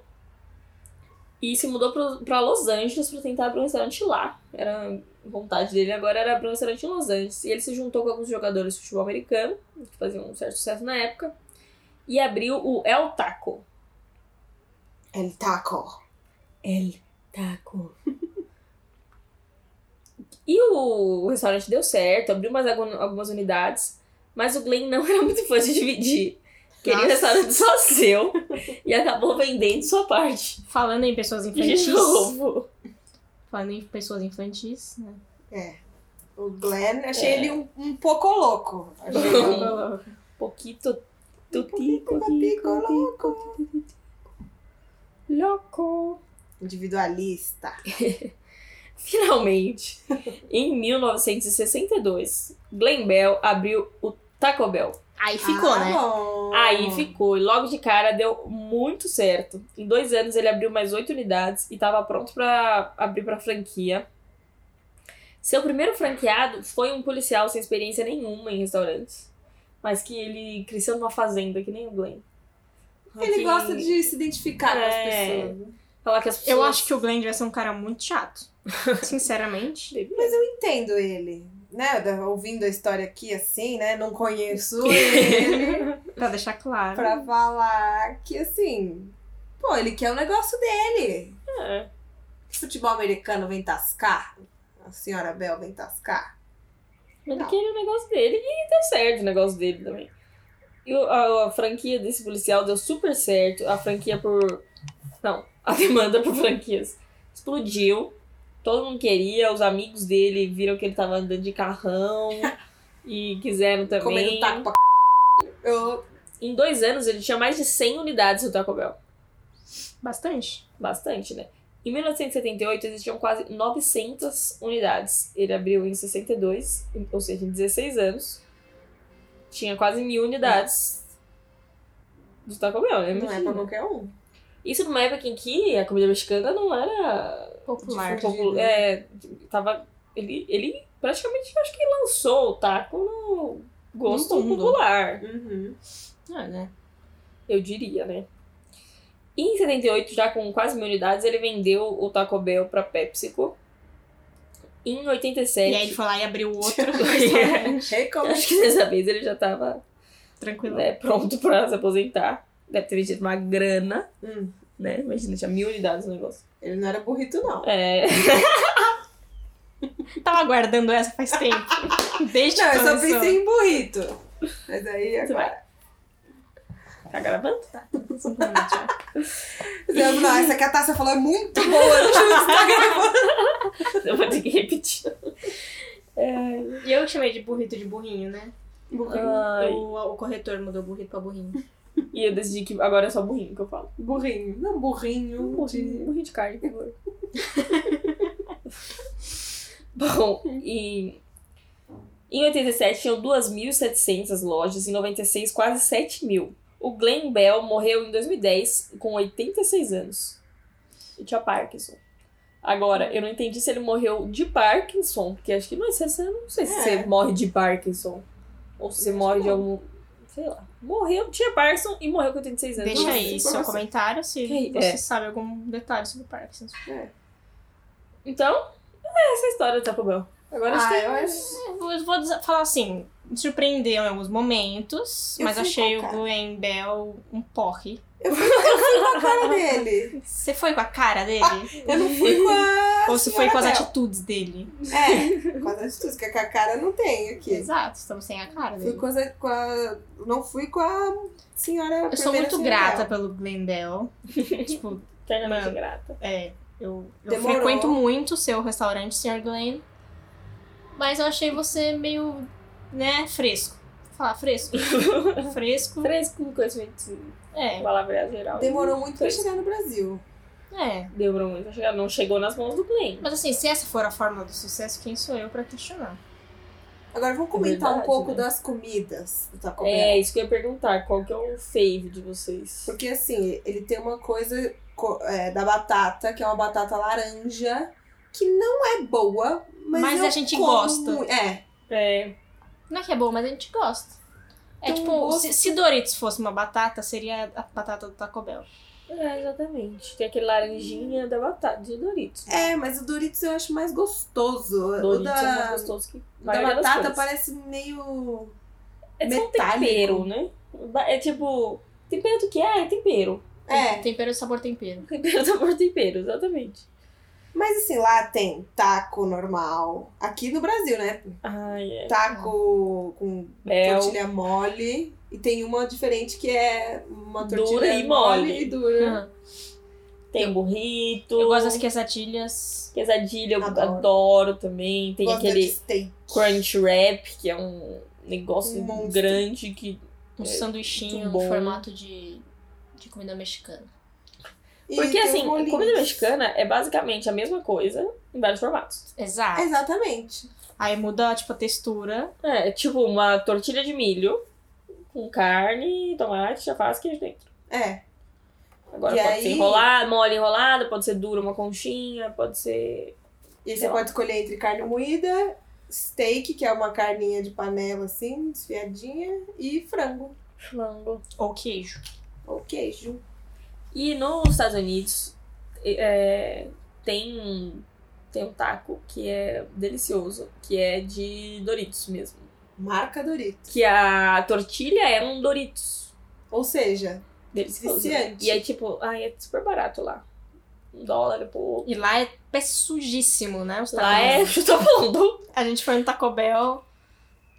[SPEAKER 2] e se mudou pro- pra Los Angeles pra tentar abrir um restaurante lá. Era a vontade dele agora era abrir um restaurante em Los Angeles. E ele se juntou com alguns jogadores de futebol americano, que faziam um certo sucesso na época, e abriu o El Taco.
[SPEAKER 3] El taco.
[SPEAKER 2] El Taco. E o restaurante deu certo, abriu mais algum- algumas unidades, mas o Glenn não [LAUGHS] era muito fã de dividir. Queria um
[SPEAKER 1] Nossa.
[SPEAKER 2] restaurante só seu e acabou vendendo sua parte.
[SPEAKER 1] Falando em pessoas infantis.
[SPEAKER 2] De novo.
[SPEAKER 1] Falando em pessoas infantis, né?
[SPEAKER 3] É. O Glenn, achei
[SPEAKER 2] É.
[SPEAKER 3] ele um, um pouco louco. Achei
[SPEAKER 2] Bom.
[SPEAKER 3] ele um
[SPEAKER 2] Poquito. Tutico.
[SPEAKER 3] pouco louco.
[SPEAKER 2] Loco. [LAUGHS]
[SPEAKER 3] um Individualista.
[SPEAKER 2] Finalmente, em 1962, Glenn Bell abriu o Taco Bell.
[SPEAKER 1] Aí ficou,
[SPEAKER 3] Ah,
[SPEAKER 1] né?
[SPEAKER 3] bom.
[SPEAKER 2] Aí ficou, e logo de cara deu muito certo. Em dois anos ele abriu mais oito unidades e estava pronto para abrir para franquia. Seu primeiro franqueado foi um policial sem experiência nenhuma em restaurantes, mas que ele cresceu numa fazenda, que nem o Glenn.
[SPEAKER 3] Ele
[SPEAKER 2] Que
[SPEAKER 3] gosta de se identificar
[SPEAKER 2] É.
[SPEAKER 3] com as pessoas.
[SPEAKER 2] Falar que as pessoas...
[SPEAKER 1] Eu acho que o Glenn vai ser um cara muito [LAUGHS] chato. Sinceramente.
[SPEAKER 3] Entendo ele. Né, da- ouvindo a história aqui assim, né? Não conheço ele
[SPEAKER 1] Pra deixar claro.
[SPEAKER 3] pra falar que assim. Pô, ele quer o negócio dele.
[SPEAKER 2] É.
[SPEAKER 3] Futebol americano vem tascar. A senhora Bel vem tascar.
[SPEAKER 2] Mas ele
[SPEAKER 3] Não.
[SPEAKER 2] queria o negócio dele e deu certo o negócio dele também. E o- a, a franquia desse policial deu super certo. A franquia por. Não, [LAUGHS] a demanda por franquias explodiu. Todo mundo queria, os amigos dele viram que ele tava andando de carrão
[SPEAKER 3] [LAUGHS]
[SPEAKER 2] e quiseram também.
[SPEAKER 3] Comendo taco pra c. Eu-
[SPEAKER 2] Em dois anos ele tinha mais de 100 unidades do Taco Bell.
[SPEAKER 1] Bastante.
[SPEAKER 2] Bastante, né? Em 1978 existiam quase 900 unidades. Ele abriu em 62, ou seja, em 16 anos. Tinha quase mil unidades do Taco Bell, né?
[SPEAKER 3] Não é pra qualquer um.
[SPEAKER 2] Isso numa época em que a comida mexicana não era
[SPEAKER 1] Popular.
[SPEAKER 2] tipo, popu- é, tava ele ele praticamente acho que lançou o taco no gosto
[SPEAKER 1] No mundo.
[SPEAKER 2] popular.
[SPEAKER 3] Uhum.
[SPEAKER 1] É, né?
[SPEAKER 2] Eu diria, né? E em 78, já com quase mil unidades, ele vendeu o Taco Bell pra PepsiCo. Em
[SPEAKER 1] E
[SPEAKER 2] 87,
[SPEAKER 1] aí ele foi lá e abriu [LAUGHS] outro restaurante.
[SPEAKER 3] Recomendo.
[SPEAKER 2] [LAUGHS] acho que dessa vez ele já tava
[SPEAKER 1] Tranquilo.
[SPEAKER 2] né, pronto pra se aposentar. Deve ter vendido uma grana,
[SPEAKER 3] Hum,
[SPEAKER 2] né? Imagina, tinha mil unidades no negócio.
[SPEAKER 3] Ele não era burrito, não.
[SPEAKER 2] É,
[SPEAKER 1] Tava aguardando essa faz tempo. [LAUGHS] Desde
[SPEAKER 3] Não,
[SPEAKER 1] que
[SPEAKER 3] eu só
[SPEAKER 1] começou.
[SPEAKER 3] pensei em burrito. Mas aí
[SPEAKER 2] você
[SPEAKER 3] agora.
[SPEAKER 2] vai. [LAUGHS] Tá um gravando?
[SPEAKER 1] Simplesmente, ó.
[SPEAKER 3] Eu, não, essa que a Tássia falou é muito boa. Deixa eu ver se tá
[SPEAKER 2] [LAUGHS]
[SPEAKER 3] gravando.
[SPEAKER 2] Eu vou ter que repetir.
[SPEAKER 1] E eu chamei de burrito de burrinho, né?
[SPEAKER 2] Ai,
[SPEAKER 1] O, o corretor mudou burrito pra burrinho.
[SPEAKER 2] e eu decidi que agora é só burrinho que eu falo.
[SPEAKER 3] Burrinho. Não, burrinho.
[SPEAKER 2] Burrinho, burrinho de carne, um por favor. [LAUGHS] Bom, e em 87 tinham 2.700 lojas, em 96 quase 7.000. O Glenn Bell morreu em 2010 com 86 anos. E tinha Parkinson. Agora, eu não entendi se ele morreu de Parkinson, porque acho que não, é, se- se- não sei se
[SPEAKER 3] É.
[SPEAKER 2] você morre de Parkinson ou se você morre de algum sei lá. Morreu Tia Parkinson e morreu com 86 anos.
[SPEAKER 1] Deixa
[SPEAKER 2] Nossa,
[SPEAKER 1] aí
[SPEAKER 3] isso pra
[SPEAKER 1] seu
[SPEAKER 3] você.
[SPEAKER 1] comentário se
[SPEAKER 2] Que-
[SPEAKER 1] você
[SPEAKER 2] é.
[SPEAKER 1] sabe algum detalhe sobre Parkinson.
[SPEAKER 2] Então, é essa história do Taco Bell. Agora
[SPEAKER 3] Ah,
[SPEAKER 2] a gente
[SPEAKER 3] eu
[SPEAKER 2] tem...
[SPEAKER 3] acho.
[SPEAKER 1] É, Eu vou- eu vou dizer- falar assim, me surpreendeu em alguns momentos,
[SPEAKER 3] Eu
[SPEAKER 1] mas
[SPEAKER 3] fui
[SPEAKER 1] achei
[SPEAKER 3] com a
[SPEAKER 1] o
[SPEAKER 3] cara.
[SPEAKER 1] Glenn Bell um porre.
[SPEAKER 3] Com a [LAUGHS] cara dele.
[SPEAKER 1] Você foi com a cara dele? [LAUGHS]
[SPEAKER 3] Eu não fui com a.
[SPEAKER 1] Ou você foi com as
[SPEAKER 3] senhora
[SPEAKER 1] atitudes dele?
[SPEAKER 3] [LAUGHS] É, com as atitudes, que a cara não tem aqui.
[SPEAKER 1] Exato, estamos sem a cara
[SPEAKER 3] Fui
[SPEAKER 1] dele.
[SPEAKER 3] com as, com a, não fui com a senhora.
[SPEAKER 1] Eu sou
[SPEAKER 3] primeira
[SPEAKER 1] muito
[SPEAKER 3] senhora
[SPEAKER 1] grata
[SPEAKER 3] Bel.
[SPEAKER 1] pelo Glenn Bell. tipo,
[SPEAKER 2] Eternamente
[SPEAKER 1] Mano.
[SPEAKER 2] [LAUGHS] grata.
[SPEAKER 1] É, eu, eu
[SPEAKER 3] Demorou.
[SPEAKER 1] frequento muito o seu restaurante, Sr. Glenn. Mas eu achei você meio, né, fresco. Vou Falar
[SPEAKER 3] [LAUGHS]
[SPEAKER 1] fresco. fresco.
[SPEAKER 2] Fresco com conhecimento,
[SPEAKER 1] É,
[SPEAKER 2] palavra geral.
[SPEAKER 3] Demorou muito pra
[SPEAKER 2] Foi.
[SPEAKER 3] chegar no Brasil.
[SPEAKER 1] é.
[SPEAKER 2] Demorou muito pra chegar. Não chegou nas mãos do Glenn.
[SPEAKER 1] Mas assim, se essa for a fórmula do sucesso, quem sou eu pra questionar?
[SPEAKER 3] Agora
[SPEAKER 1] É
[SPEAKER 3] vamos comentar
[SPEAKER 2] Verdade,
[SPEAKER 3] um pouco
[SPEAKER 2] né?
[SPEAKER 3] das comidas do Taco Bell.
[SPEAKER 2] É, isso que eu ia perguntar. Qual que é o fave de vocês?
[SPEAKER 3] Porque assim, ele tem uma coisa co- é, da batata, que é uma batata laranja, que não é boa, mas,
[SPEAKER 1] Mas
[SPEAKER 3] eu
[SPEAKER 1] a gente
[SPEAKER 3] como
[SPEAKER 1] gosta.
[SPEAKER 3] mu- É.
[SPEAKER 2] É,
[SPEAKER 1] Não é que é bom, mas a gente gosta. É
[SPEAKER 3] Tem um
[SPEAKER 1] tipo,
[SPEAKER 3] gosto-
[SPEAKER 1] se, se Doritos fosse uma batata, seria a batata do Taco Bell.
[SPEAKER 2] é, exatamente. Tem aquele laranjinha da batata de Doritos.
[SPEAKER 3] É, mas o Doritos eu acho mais gostoso. o
[SPEAKER 2] Doritos é mais
[SPEAKER 3] da,
[SPEAKER 2] gostoso que a
[SPEAKER 3] o da
[SPEAKER 2] maioria das
[SPEAKER 3] batata
[SPEAKER 2] coisas.
[SPEAKER 3] parece meio.
[SPEAKER 2] É tipo um
[SPEAKER 3] metálico.
[SPEAKER 2] tempero, né? Ba- É tipo... Tempero do que é? É tempero. [LAUGHS]
[SPEAKER 3] É.
[SPEAKER 1] Tempero, sabor, tempero.
[SPEAKER 2] Tempero sabor tempero, exatamente.
[SPEAKER 3] Mas assim, lá tem taco normal. Aqui no Brasil, né?
[SPEAKER 2] Ai, é.
[SPEAKER 3] Taco com
[SPEAKER 2] Bel.
[SPEAKER 3] tortilha mole. E tem uma diferente que é uma
[SPEAKER 2] Dura
[SPEAKER 3] tortilha
[SPEAKER 2] e mole. Ah,
[SPEAKER 3] e dura.
[SPEAKER 1] Aham.
[SPEAKER 2] Tem burrito.
[SPEAKER 1] Eu gosto das quesadilhas.
[SPEAKER 2] Quesadilha, eu adoro,
[SPEAKER 3] Adoro.
[SPEAKER 2] também. Tem
[SPEAKER 3] Gosto
[SPEAKER 2] aquele
[SPEAKER 3] de steak.
[SPEAKER 2] crunch wrap, que é um negócio
[SPEAKER 3] Um monstro.
[SPEAKER 2] grande que
[SPEAKER 1] Um
[SPEAKER 2] É,
[SPEAKER 1] sanduichinho
[SPEAKER 2] muito bom.
[SPEAKER 1] em formato de, de comida mexicana.
[SPEAKER 3] E
[SPEAKER 2] Porque
[SPEAKER 3] tem um os
[SPEAKER 2] assim,
[SPEAKER 3] bolinhos.
[SPEAKER 2] comida mexicana é basicamente a mesma coisa em vários formatos.
[SPEAKER 1] Exato.
[SPEAKER 3] Exatamente.
[SPEAKER 1] Aí muda, tipo, a textura.
[SPEAKER 2] É, é tipo uma tortilha de milho com carne, tomate, alface, queijo dentro.
[SPEAKER 3] É.
[SPEAKER 2] Agora
[SPEAKER 3] E
[SPEAKER 2] pode
[SPEAKER 3] aí-
[SPEAKER 2] ser enrolada, mole enrolada, pode ser dura uma conchinha, pode ser.
[SPEAKER 3] E aí você
[SPEAKER 2] Sei lá.
[SPEAKER 3] pode escolher entre carne moída, steak, que é uma carninha de panela assim, desfiadinha, e frango
[SPEAKER 2] frango.
[SPEAKER 1] Ou queijo.
[SPEAKER 3] ou queijo.
[SPEAKER 2] E nos Estados Unidos é, tem, um- tem um taco que é delicioso, que é de Doritos mesmo.
[SPEAKER 3] Marca Doritos.
[SPEAKER 2] Que a tortilha é um Doritos.
[SPEAKER 3] Ou seja,
[SPEAKER 2] Delicioso.
[SPEAKER 3] Viciante.
[SPEAKER 2] E é tipo, ai, é super barato lá. Um dólar, pô.
[SPEAKER 1] E lá é pé sujíssimo, né?
[SPEAKER 3] Tá
[SPEAKER 1] Os
[SPEAKER 2] Lá
[SPEAKER 1] tacos.
[SPEAKER 2] é. [LAUGHS] Eu tô falando.
[SPEAKER 1] A gente foi no Taco Bell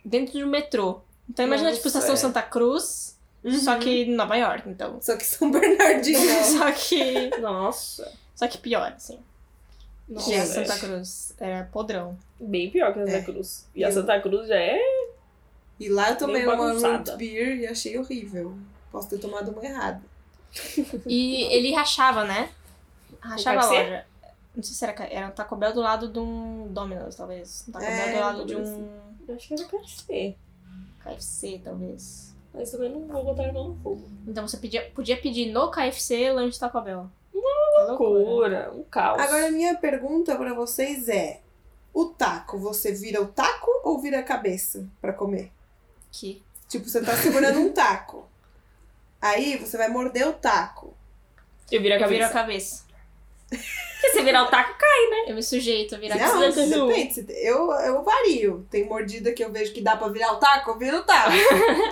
[SPEAKER 1] dentro de um metrô. Então imagina, tipo,
[SPEAKER 2] Nossa,
[SPEAKER 1] estação
[SPEAKER 2] é.
[SPEAKER 1] Santa Cruz,
[SPEAKER 2] Uhum.
[SPEAKER 1] só que em Nova York, então.
[SPEAKER 3] só que São [LAUGHS]
[SPEAKER 1] É.
[SPEAKER 3] Bernardino.
[SPEAKER 1] [LAUGHS] só que.
[SPEAKER 2] Nossa.
[SPEAKER 1] Só que pior, assim.
[SPEAKER 2] Nossa.
[SPEAKER 1] Que a
[SPEAKER 3] Gente.
[SPEAKER 1] Santa Cruz era podrão.
[SPEAKER 2] Bem pior que a Santa
[SPEAKER 3] É.
[SPEAKER 2] Cruz. E a
[SPEAKER 3] Eu-
[SPEAKER 2] Santa Cruz já é.
[SPEAKER 3] e lá eu tomei
[SPEAKER 2] Meio
[SPEAKER 3] uma
[SPEAKER 2] bagunçada.
[SPEAKER 3] root beer e achei horrível. Posso ter tomado uma errada.
[SPEAKER 1] E ele rachava, né? Rachava a
[SPEAKER 2] KFC?
[SPEAKER 1] loja. Não sei se era, era um Taco Bell do lado de um Domino's, talvez. Um Taco
[SPEAKER 3] É,
[SPEAKER 1] Bell do lado de
[SPEAKER 2] talvez.
[SPEAKER 1] um
[SPEAKER 2] Eu acho que é era KFC.
[SPEAKER 1] KFC, talvez.
[SPEAKER 2] Mas também não vou botar a mão no fogo.
[SPEAKER 1] Então você pedia, podia pedir no KFC lanche Taco Bell. Uma
[SPEAKER 2] Loucura, um caos.
[SPEAKER 3] Agora, minha pergunta pra vocês é: o taco, você vira o taco ou vira a cabeça pra comer?
[SPEAKER 1] Que
[SPEAKER 3] Tipo, você tá segurando um taco. Aí você vai morder o taco.
[SPEAKER 2] eu viro a
[SPEAKER 1] eu
[SPEAKER 2] cabeça.
[SPEAKER 1] viro a cabeça.
[SPEAKER 2] Porque se virar o taco, [LAUGHS] cai.
[SPEAKER 1] Eu me sujeito a virar a
[SPEAKER 3] Não,
[SPEAKER 1] cabeça.
[SPEAKER 2] precisa de um.
[SPEAKER 3] depende. se- Eu, eu vario. Tem mordida que eu vejo que dá pra virar o taco, eu viro o
[SPEAKER 2] [LAUGHS]
[SPEAKER 3] taco.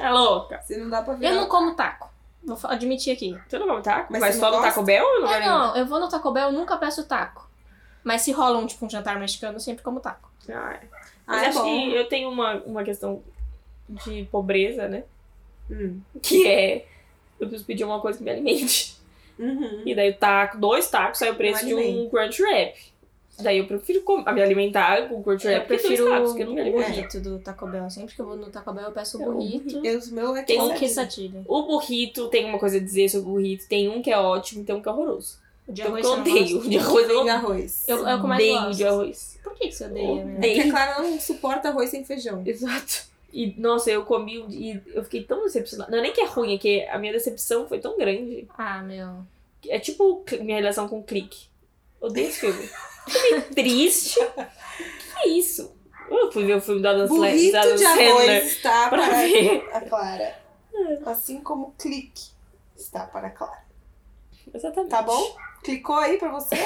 [SPEAKER 2] É louca.
[SPEAKER 3] Se não dá pra virar.
[SPEAKER 1] Eu não como taco. Vou fa- admitir aqui.
[SPEAKER 2] Você não come taco? Mas,
[SPEAKER 3] Mas você
[SPEAKER 2] só
[SPEAKER 3] não
[SPEAKER 2] no
[SPEAKER 3] gosta?
[SPEAKER 2] Taco Bell ou não vai
[SPEAKER 1] Eu Ah, não, eu vou no Taco Bell, eu nunca peço taco. Mas se rola um, tipo, um jantar mexicano, eu sempre como taco.
[SPEAKER 2] nem? Ah, é.
[SPEAKER 3] Ah,
[SPEAKER 2] Mas
[SPEAKER 3] é
[SPEAKER 2] acho
[SPEAKER 3] bom.
[SPEAKER 2] que eu tenho uma, uma questão de pobreza, né?
[SPEAKER 3] Hum.
[SPEAKER 2] Que é. Eu preciso pedir uma coisa que me alimente.
[SPEAKER 3] Uhum.
[SPEAKER 2] E daí o taco, dois tacos saiu o preço
[SPEAKER 3] Um
[SPEAKER 2] de um
[SPEAKER 3] alimento.
[SPEAKER 2] crunch wrap. Daí eu prefiro com- a me alimentar com crunch wrap
[SPEAKER 1] Eu
[SPEAKER 2] que dois
[SPEAKER 1] prefiro
[SPEAKER 2] tacos, que eu não me
[SPEAKER 1] o
[SPEAKER 2] alimento.
[SPEAKER 1] burrito do Taco Bell. Sempre que eu vou no Taco Bell, eu peço o
[SPEAKER 2] É, o
[SPEAKER 1] burrito
[SPEAKER 3] Eu, o meu é
[SPEAKER 2] Tem
[SPEAKER 1] ou
[SPEAKER 2] um
[SPEAKER 3] quesadinha.
[SPEAKER 1] quesadilha.
[SPEAKER 2] O burrito, tem uma coisa a dizer sobre o burrito. Tem um que é ótimo e tem um que é horroroso.
[SPEAKER 1] O de
[SPEAKER 2] Eu
[SPEAKER 1] arroz
[SPEAKER 2] que
[SPEAKER 1] eu não
[SPEAKER 2] odeio.
[SPEAKER 1] gosto.
[SPEAKER 2] De arroz eu
[SPEAKER 3] Tem
[SPEAKER 2] não
[SPEAKER 3] arroz.
[SPEAKER 1] Eu- é o que eu mais
[SPEAKER 2] odeio
[SPEAKER 1] gosto.
[SPEAKER 2] de arroz.
[SPEAKER 1] Por que que você odeia? né?
[SPEAKER 3] É que
[SPEAKER 2] Odeio.
[SPEAKER 3] a Clara não suporta arroz sem feijão.
[SPEAKER 2] Exato. E, nossa, eu comi um- e eu fiquei tão decepcionada. Não é nem que é ruim, é que a minha decepção foi tão grande.
[SPEAKER 1] Ah, meu.
[SPEAKER 2] É tipo cl- minha relação com o clique. Odeio esse filme. Filme triste. que é isso? Eu fui ver o filme da Dan Sandler.
[SPEAKER 3] Burrito de Tá
[SPEAKER 2] Adam Sandler
[SPEAKER 3] arroz está
[SPEAKER 2] [LAUGHS] Pra
[SPEAKER 3] para
[SPEAKER 2] ver.
[SPEAKER 3] a Clara. Assim como o clique está para Clara.
[SPEAKER 2] Exatamente.
[SPEAKER 3] Tá bom? Clicou aí pra você?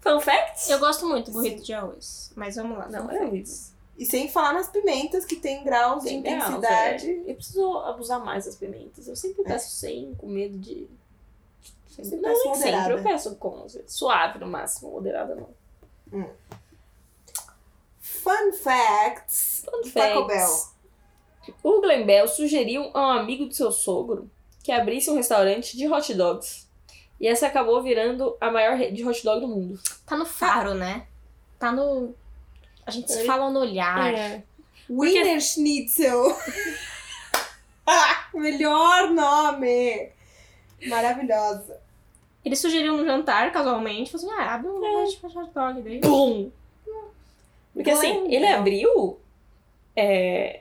[SPEAKER 2] Fun fact?
[SPEAKER 1] Eu gosto muito do burrito de arroz. Mas vamos lá.
[SPEAKER 2] Não, é
[SPEAKER 1] fun
[SPEAKER 2] era
[SPEAKER 1] fact.
[SPEAKER 2] isso.
[SPEAKER 3] E sem falar nas pimentas, que tem graus
[SPEAKER 2] Tem
[SPEAKER 3] de
[SPEAKER 2] graus,
[SPEAKER 3] intensidade.
[SPEAKER 2] é,
[SPEAKER 3] É.
[SPEAKER 2] Eu preciso abusar mais das pimentas. Eu sempre peço 100 com medo de.
[SPEAKER 3] Você
[SPEAKER 2] não,
[SPEAKER 3] peça
[SPEAKER 2] nem sempre.
[SPEAKER 3] moderada.
[SPEAKER 2] Eu peço com. às vezes. Suave no máximo, moderada não.
[SPEAKER 3] Fun facts
[SPEAKER 2] Fun
[SPEAKER 3] do Taco Bell.
[SPEAKER 2] facts. O Glenn Bell sugeriu a um amigo do seu sogro que abrisse um restaurante de hot dogs. E essa acabou virando a maior rede de hot dog do mundo.
[SPEAKER 1] Tá no faro, né? Tá no. A gente se
[SPEAKER 2] Ele-
[SPEAKER 1] fala no
[SPEAKER 2] É.
[SPEAKER 1] olhar.
[SPEAKER 3] Wiener Schnitzel. [LAUGHS] Ah, Melhor nome. Maravilhosa.
[SPEAKER 1] Ele sugeriu um jantar casualmente. Falou assim: ah, abre um
[SPEAKER 2] É.
[SPEAKER 1] lugar de hot dog daí.
[SPEAKER 2] Bum! Porque
[SPEAKER 1] Glenn
[SPEAKER 2] assim, ele
[SPEAKER 1] Bell.
[SPEAKER 2] abriu. é,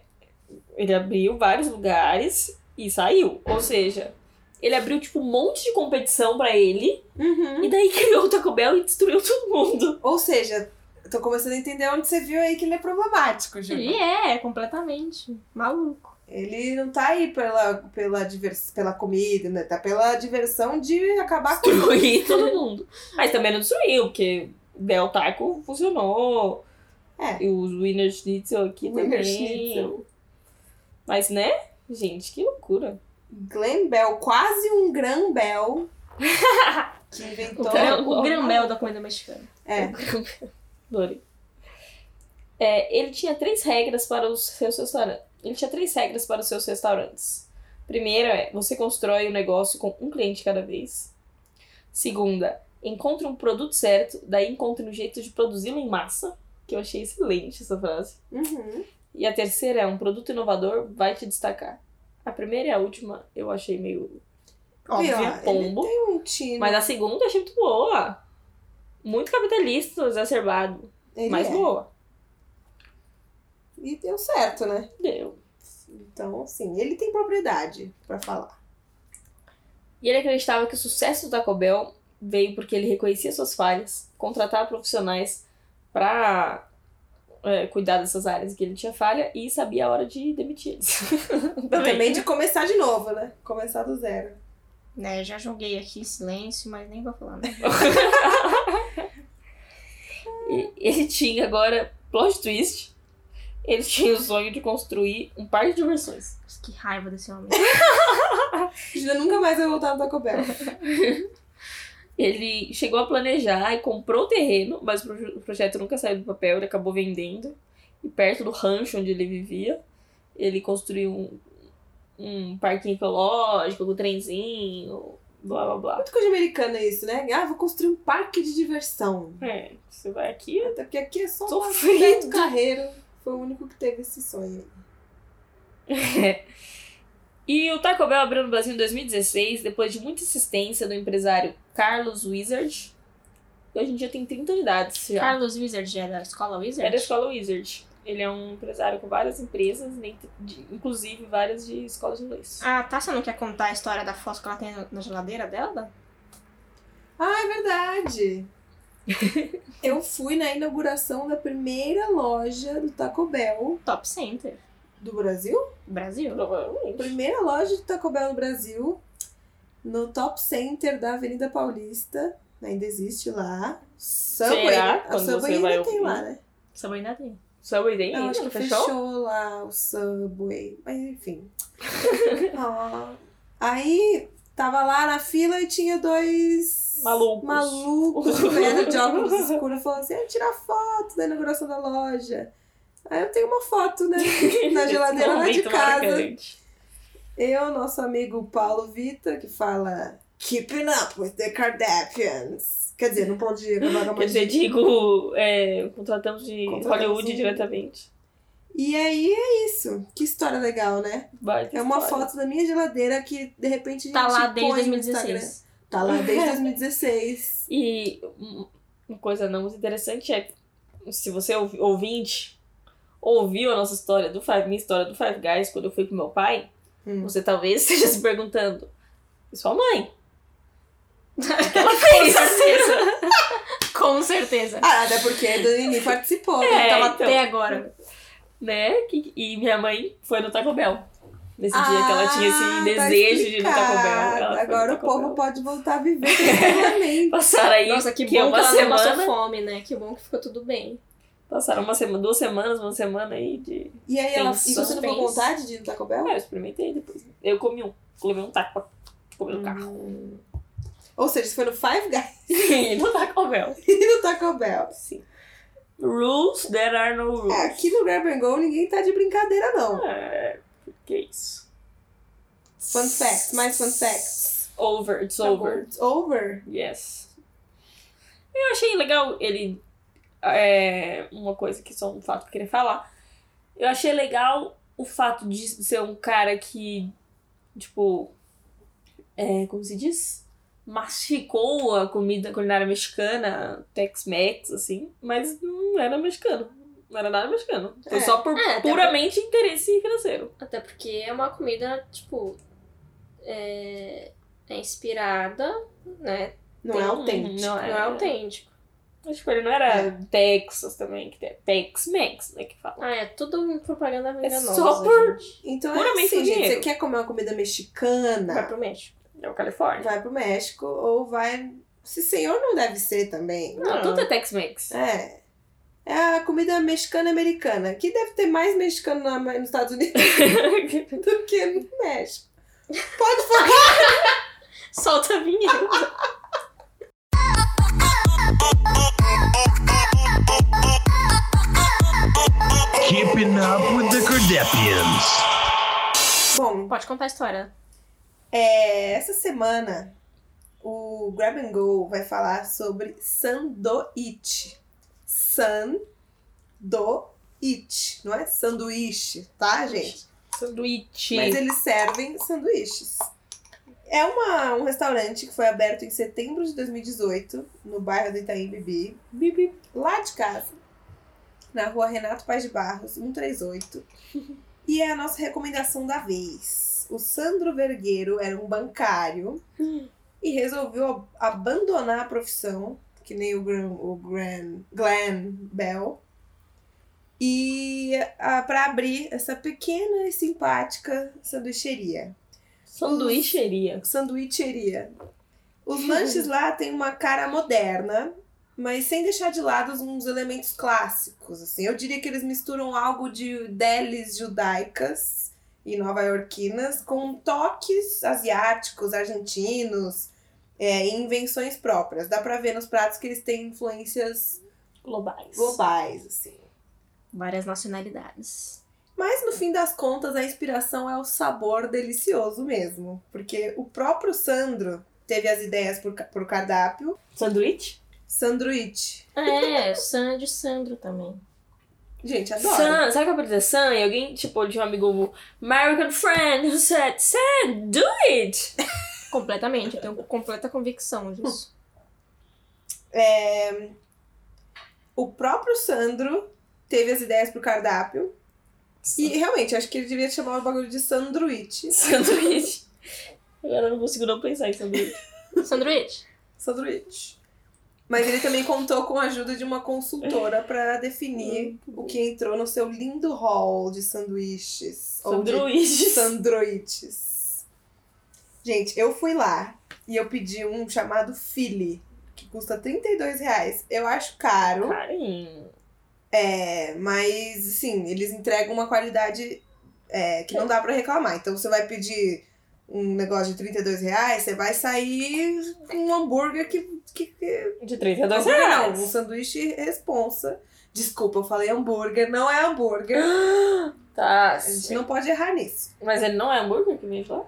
[SPEAKER 2] ele abriu vários lugares e saiu. Ou seja, ele abriu tipo um monte de competição pra ele.
[SPEAKER 3] Uhum.
[SPEAKER 2] E daí criou o Taco Bell e destruiu todo mundo.
[SPEAKER 3] Ou seja, eu tô começando a entender onde você viu aí que ele é problemático, Ju.
[SPEAKER 1] Ele é, completamente. Maluco.
[SPEAKER 3] Ele não tá aí pela, pela, divers, pela comida, né? Tá pela diversão de acabar com
[SPEAKER 2] Destruir [LAUGHS] todo mundo. Mas também não destruiu, porque Bell Taco funcionou.
[SPEAKER 3] É.
[SPEAKER 2] E os Wiener Schnitzel aqui
[SPEAKER 3] Wiener
[SPEAKER 2] também.
[SPEAKER 3] Schnitzel.
[SPEAKER 2] Mas né? Gente, que loucura.
[SPEAKER 3] Glenn Bell, quase um
[SPEAKER 2] [LAUGHS]
[SPEAKER 3] Gran Bell. que
[SPEAKER 2] Então,
[SPEAKER 3] inventou.
[SPEAKER 1] O,
[SPEAKER 2] é um
[SPEAKER 1] gran- Então, o grambel da comida mexicana.
[SPEAKER 3] É.
[SPEAKER 2] Adorei. É, ele tinha três regras para os seus restaurantes. Ele tinha três regras para os seus restaurantes. Primeira é, você constrói o negócio com um cliente cada vez. Segunda, encontre um produto certo, daí encontre um jeito de produzi-lo em massa, que eu achei excelente essa frase.
[SPEAKER 3] Uhum.
[SPEAKER 2] E a terceira é, um produto inovador vai te destacar. A primeira e a última eu achei meio
[SPEAKER 1] Óbvio.
[SPEAKER 3] Pior,
[SPEAKER 2] pombo.
[SPEAKER 3] Ele tem um tino.
[SPEAKER 2] Mas a segunda eu achei muito boa. Muito capitalista, exacerbado.
[SPEAKER 3] Ele
[SPEAKER 2] mas
[SPEAKER 3] é.
[SPEAKER 2] boa.
[SPEAKER 3] E deu certo, né?
[SPEAKER 2] Deu.
[SPEAKER 3] Então, assim, ele tem propriedade pra falar.
[SPEAKER 2] E ele acreditava que o sucesso do Taco Bell veio porque ele reconhecia suas falhas, contratava profissionais pra é, cuidar dessas áreas que ele tinha falha e sabia a hora de demitir eles.
[SPEAKER 3] Também, de começar de novo, né? Começar do zero.
[SPEAKER 1] Né, já joguei aqui em silêncio, mas nem vou falar, né?
[SPEAKER 2] [LAUGHS] E ele tinha agora plot twist. Ele tinha o sonho de construir um parque de diversões.
[SPEAKER 1] Que raiva desse
[SPEAKER 2] [LAUGHS]
[SPEAKER 1] homem.
[SPEAKER 3] Julia nunca mais vai voltar no Taco Bell.
[SPEAKER 2] Ele chegou a planejar e comprou o terreno, mas o proje- o projeto nunca saiu do papel, ele acabou vendendo. E perto do rancho onde ele vivia, ele construiu um, um parquinho ecológico, com um trenzinho, blá blá blá.
[SPEAKER 3] Muito coisa americana isso, né? Ah, vou construir um parque de diversão.
[SPEAKER 2] É, você vai aqui.
[SPEAKER 3] Até porque aqui é só um
[SPEAKER 2] Sofrido.
[SPEAKER 3] Beto Carreiro. Foi o único que teve esse sonho.
[SPEAKER 2] E o Taco Bell abriu no Brasil em 2016, depois de muita insistência do empresário Carlos Wizard. E hoje em dia tem 30 unidades já.
[SPEAKER 1] Carlos Wizard é da escola Wizard?
[SPEAKER 2] É da escola Wizard. Ele é um empresário com várias empresas, nem- de- inclusive várias de escolas de inglês.
[SPEAKER 1] Ah, tá. Você não quer contar a história da foto que ela tem na geladeira dela?
[SPEAKER 3] Ah, é verdade. [LAUGHS] Eu fui na inauguração da primeira loja do Taco Bell
[SPEAKER 1] Top Center.
[SPEAKER 3] do Brasil.
[SPEAKER 1] Brasil.
[SPEAKER 2] Provavelmente.
[SPEAKER 3] Primeira loja do Taco Bell no Brasil, no Top Center da Avenida Paulista. Ainda existe lá. Subway,
[SPEAKER 2] Será?
[SPEAKER 3] né? a
[SPEAKER 2] Quando
[SPEAKER 3] Subway
[SPEAKER 2] você
[SPEAKER 3] ainda
[SPEAKER 2] vai
[SPEAKER 3] tem
[SPEAKER 2] ouvir?
[SPEAKER 3] lá, né?
[SPEAKER 1] Subway ainda tem.
[SPEAKER 2] Subway tem
[SPEAKER 3] Eu
[SPEAKER 2] ainda,
[SPEAKER 3] acho
[SPEAKER 2] não
[SPEAKER 3] que
[SPEAKER 2] fechou?
[SPEAKER 3] fechou? lá o Subway. Mas enfim. [LAUGHS] Ah, Aí tava lá na fila e tinha dois
[SPEAKER 2] Malucos. [LAUGHS]
[SPEAKER 3] malucos que vieram de óculos escuros falando assim: "Ah, tirar foto da inauguração da loja. Aí eu tenho uma foto, né? [LAUGHS] Na geladeira lá de
[SPEAKER 2] Momento
[SPEAKER 3] casa.
[SPEAKER 2] marcante.
[SPEAKER 3] Eu, nosso amigo Paulo Vita, que fala Keeping up with the Kardashians. Quer dizer, não
[SPEAKER 2] [LAUGHS]
[SPEAKER 3] pode gravar uma
[SPEAKER 2] Quer dizer, digo, é, contratamos de
[SPEAKER 3] Contratamos
[SPEAKER 2] Hollywood
[SPEAKER 3] um-
[SPEAKER 2] diretamente.
[SPEAKER 3] E aí é isso. Que história legal, né?
[SPEAKER 2] Baita
[SPEAKER 3] É uma
[SPEAKER 2] história.
[SPEAKER 3] foto da minha geladeira que de repente a
[SPEAKER 1] Tá
[SPEAKER 3] gente
[SPEAKER 1] lá
[SPEAKER 3] põe
[SPEAKER 1] desde
[SPEAKER 3] no
[SPEAKER 1] 2016.
[SPEAKER 3] Instagram. Tá lá desde 2016.
[SPEAKER 2] E um- uma coisa não muito interessante é, se você ouvi- ouvinte ouviu a nossa história do Five, minha história do Five Guys quando eu fui com meu pai,
[SPEAKER 3] Hum.
[SPEAKER 2] você talvez [LAUGHS] esteja se perguntando, e sua mãe? O que ela fez?
[SPEAKER 1] Com certeza. [LAUGHS] Tá
[SPEAKER 3] [LAUGHS] Ah, até porque a Danini participou.
[SPEAKER 2] É,
[SPEAKER 3] né?
[SPEAKER 1] Tava
[SPEAKER 2] então.
[SPEAKER 1] até agora.
[SPEAKER 2] né? Que- E minha mãe foi no Taco Bell. Nesse dia que ela tinha
[SPEAKER 3] Ah,
[SPEAKER 2] esse
[SPEAKER 3] tá
[SPEAKER 2] desejo de lutar com o
[SPEAKER 3] explicado.
[SPEAKER 2] Bel. Ela foi
[SPEAKER 3] Agora
[SPEAKER 2] lutar
[SPEAKER 3] o
[SPEAKER 2] com
[SPEAKER 3] povo
[SPEAKER 2] Bel.
[SPEAKER 3] pode voltar a viver tranquilamente.
[SPEAKER 2] Passaram aí
[SPEAKER 1] Nossa, que,
[SPEAKER 2] que é
[SPEAKER 1] bom que
[SPEAKER 2] uma
[SPEAKER 1] ela não passou
[SPEAKER 2] semana.
[SPEAKER 1] fome, né? Que bom que ficou tudo bem.
[SPEAKER 2] Passaram uma semana, duas semanas, uma semana aí de.
[SPEAKER 3] E aí ela.
[SPEAKER 2] Tem
[SPEAKER 3] E você não ficou com
[SPEAKER 1] suspense.
[SPEAKER 3] vontade de lutar com o Bel?
[SPEAKER 2] Ah, eu experimentei depois. Eu comi um. Levei um taco pra comer no carro.
[SPEAKER 3] Ou seja, você foi no Five Guys [LAUGHS]
[SPEAKER 2] [LAUGHS] Sim, não tá com Bel.
[SPEAKER 3] e no Taco Bell.
[SPEAKER 2] Sim. Rules, there are no rules.
[SPEAKER 3] É, aqui no Grab and Go ninguém tá de brincadeira, não.
[SPEAKER 2] É, que isso?
[SPEAKER 3] Fun facts, mais fun facts.
[SPEAKER 2] Over, it's
[SPEAKER 3] Tá bom.
[SPEAKER 2] over.
[SPEAKER 3] It's over.
[SPEAKER 2] Yes. Eu achei legal ele. É, uma coisa que só um fato que eu queria falar. Eu achei legal o fato de ser um cara que, tipo. É, como se diz? Mastificou a comida culinária mexicana, Tex-Mex, assim, mas não era mexicano. Não era nada mexicano. Foi
[SPEAKER 3] É.
[SPEAKER 2] só por
[SPEAKER 1] É, até
[SPEAKER 2] puramente interesse financeiro.
[SPEAKER 1] Até porque é uma comida, tipo. É, é inspirada, né?
[SPEAKER 3] Não
[SPEAKER 1] Tem
[SPEAKER 3] é
[SPEAKER 1] um-
[SPEAKER 3] autêntico.
[SPEAKER 2] Então, Não
[SPEAKER 1] Não é autêntico.
[SPEAKER 2] Mas, tipo, ele não era Texas também, que é Tex-Mex, né, que fala.
[SPEAKER 1] Ah, é tudo propaganda enganosa.
[SPEAKER 2] É só por-
[SPEAKER 1] gente.
[SPEAKER 3] Então é
[SPEAKER 2] Puramente
[SPEAKER 3] assim,
[SPEAKER 2] com
[SPEAKER 3] gente. Você
[SPEAKER 2] dinheiro.
[SPEAKER 3] quer comer uma comida
[SPEAKER 1] Vai
[SPEAKER 3] mexicana?
[SPEAKER 1] pro México.
[SPEAKER 2] É o Califórnia.
[SPEAKER 3] Vai pro México ou vai. Se senhor não deve ser também.
[SPEAKER 2] Não,
[SPEAKER 1] Não.
[SPEAKER 2] tudo é [LAUGHS] Tex-Mex.
[SPEAKER 3] É. É a comida mexicana-americana. Que deve ter mais mexicano na- nos Estados Unidos [LAUGHS] do que no México. Pode falar.
[SPEAKER 1] Solta a vinheta.
[SPEAKER 4] Keeping up with the Kardashians.
[SPEAKER 3] Bom,
[SPEAKER 1] Pode contar a história.
[SPEAKER 3] é, essa semana o Grab and Go vai falar sobre sanduíche. Sanduíche. Não é sanduíche, tá, gente?
[SPEAKER 2] Sanduíche.
[SPEAKER 3] Mas eles servem sanduíches. É uma, um restaurante que foi aberto em setembro de 2018, no bairro do Itaim Bibi,
[SPEAKER 2] Bibi.
[SPEAKER 3] lá de casa, na rua Renato Paz de Barros, 138. e é a nossa recomendação da vez. O Sandro Vergueiro era um bancário e resolveu ab- abandonar a profissão, que nem o Gran, o Gran, Glenn Bell, e para abrir essa pequena e simpática sanduicheria
[SPEAKER 2] Sanduicheria.
[SPEAKER 3] sanduicheria. Os lanches lá têm uma cara moderna, mas sem deixar de lado uns elementos clássicos. Assim, eu diria que eles misturam algo de delis judaicas e nova-iorquinas com toques asiáticos, argentinos, é, e invenções próprias. Dá pra ver nos pratos que eles têm influências
[SPEAKER 2] Globais.
[SPEAKER 3] globais, assim.
[SPEAKER 1] Várias nacionalidades.
[SPEAKER 3] Mas no fim das contas, a inspiração é o sabor delicioso mesmo. Porque o próprio Sandro teve as ideias por, ca- por cardápio.
[SPEAKER 2] Sanduíche?
[SPEAKER 3] Sandruite.
[SPEAKER 1] É, Sandy e Sandro também.
[SPEAKER 3] Gente, adoro.
[SPEAKER 2] San, sabe o que eu aprendi da San? E alguém, tipo, de um amigo American friend who said, San, do it!
[SPEAKER 1] Completamente, eu tenho completa convicção [LAUGHS] disso.
[SPEAKER 3] O próprio Sandro teve as ideias pro cardápio. E realmente, acho que ele devia chamar o bagulho de
[SPEAKER 2] [LAUGHS]
[SPEAKER 3] Sandruite.
[SPEAKER 2] Sanduíche. Agora eu não consigo não pensar em sanduíche.
[SPEAKER 1] Sanduíche?
[SPEAKER 3] Sandruite. Mas ele também contou com a ajuda de uma consultora pra definir o que entrou no seu lindo hall de sanduíches. ou de
[SPEAKER 2] Sanduíche.
[SPEAKER 3] Sandroites. Gente, eu fui lá e eu pedi um chamado Philly, que custa 32 reais. Eu acho caro,
[SPEAKER 2] Carinho.
[SPEAKER 3] é, mas assim, eles entregam uma qualidade é, que não dá pra reclamar. Então você vai pedir um negócio de 32 reais, você vai sair com um hambúrguer que. que, que
[SPEAKER 2] De 32
[SPEAKER 3] hambúrguer não, um
[SPEAKER 2] reais.
[SPEAKER 3] sanduíche responsa. Desculpa, eu falei hambúrguer, não é hambúrguer.
[SPEAKER 2] Tá.
[SPEAKER 3] A gente não pode errar nisso.
[SPEAKER 2] Mas ele não é hambúrguer que vem lá?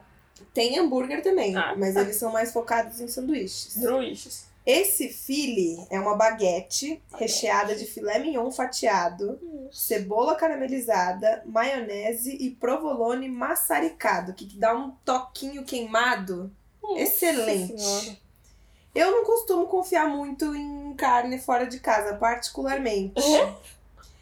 [SPEAKER 3] Tem hambúrguer também,
[SPEAKER 2] Ah,
[SPEAKER 3] mas eles são mais focados em sanduíches.
[SPEAKER 2] Sanduíches.
[SPEAKER 3] Esse file é uma baguete recheada de filé mignon fatiado, cebola caramelizada, maionese e provolone maçaricado, que dá um toquinho queimado. Excelente.
[SPEAKER 2] Senhora.
[SPEAKER 3] Eu não costumo confiar muito em carne fora de casa, particularmente.
[SPEAKER 2] Uhum.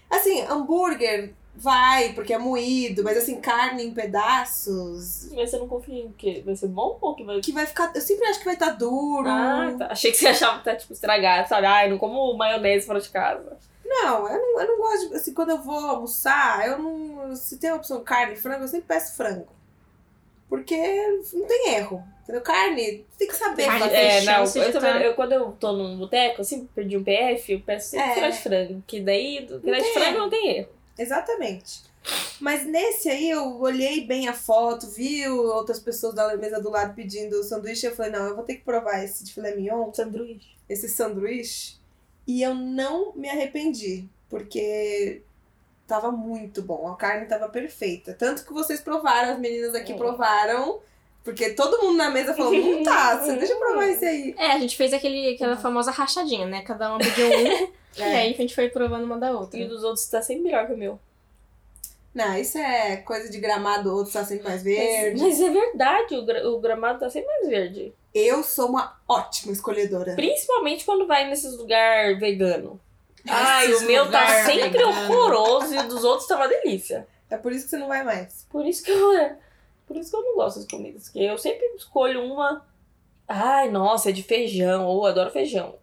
[SPEAKER 3] Assim, hambúrguer vai, porque é moído, mas assim, carne em pedaços,
[SPEAKER 2] Mas você não confia em que vai ser bom ou que vai
[SPEAKER 3] que vai ficar. Eu sempre acho que vai estar duro.
[SPEAKER 2] Ah, tá. Achei que você achava que tá, tipo, estragado, sabe? Ai, não como maionese fora de casa.
[SPEAKER 3] Não, eu não, eu não gosto de. Assim, quando eu vou almoçar, eu não. Se tem a opção carne e frango, eu sempre peço frango. Porque não tem erro. Entendeu? Carne, tem que saber
[SPEAKER 1] Carne
[SPEAKER 3] fazer.
[SPEAKER 1] tem
[SPEAKER 2] É, não,
[SPEAKER 1] chance de
[SPEAKER 2] eu também,
[SPEAKER 1] tá-
[SPEAKER 2] eu, quando eu tô num boteco, assim, perdi um PF, eu peço sempre
[SPEAKER 3] É.
[SPEAKER 2] filé de frango, que daí do filé de
[SPEAKER 3] tem
[SPEAKER 2] frango
[SPEAKER 3] erro.
[SPEAKER 2] não tem erro.
[SPEAKER 3] Exatamente. Mas nesse aí eu olhei bem a foto, vi outras pessoas da mesa do lado pedindo sanduíche. Eu falei, não, eu vou ter que provar esse de filé mignon,
[SPEAKER 2] Sanduíche.
[SPEAKER 3] esse sanduíche. E eu não me arrependi, porque tava muito bom. A carne tava perfeita. Tanto que vocês provaram, as meninas aqui
[SPEAKER 2] É.
[SPEAKER 3] provaram. Porque todo mundo na mesa falou, não tá,
[SPEAKER 2] [LAUGHS]
[SPEAKER 3] você deixa eu provar esse aí.
[SPEAKER 1] É, a gente fez aquele, aquela famosa rachadinha, né? Cada uma pediu um,
[SPEAKER 3] É.
[SPEAKER 1] e
[SPEAKER 2] É.
[SPEAKER 1] aí a gente foi provando uma da outra.
[SPEAKER 2] E o dos outros tá sempre melhor que o meu.
[SPEAKER 3] Não, isso é coisa de gramado, outro tá sendo
[SPEAKER 2] Mas,
[SPEAKER 3] mais verde.
[SPEAKER 2] mas é verdade, o, gra- o gramado tá sempre mais verde.
[SPEAKER 3] Eu sou uma ótima escolhedora.
[SPEAKER 2] Principalmente quando vai nesses lugar vegano. Ai,
[SPEAKER 1] Esses
[SPEAKER 2] o meu tá
[SPEAKER 1] lugar
[SPEAKER 2] sempre
[SPEAKER 1] vegano.
[SPEAKER 2] horroroso e o dos outros tá uma delícia.
[SPEAKER 3] né? É por isso que você não vai mais.
[SPEAKER 2] Por isso que eu, é, por isso que eu não gosto das comidas. Porque eu sempre escolho uma. Ai, nossa, é de feijão. Ou adoro feijão.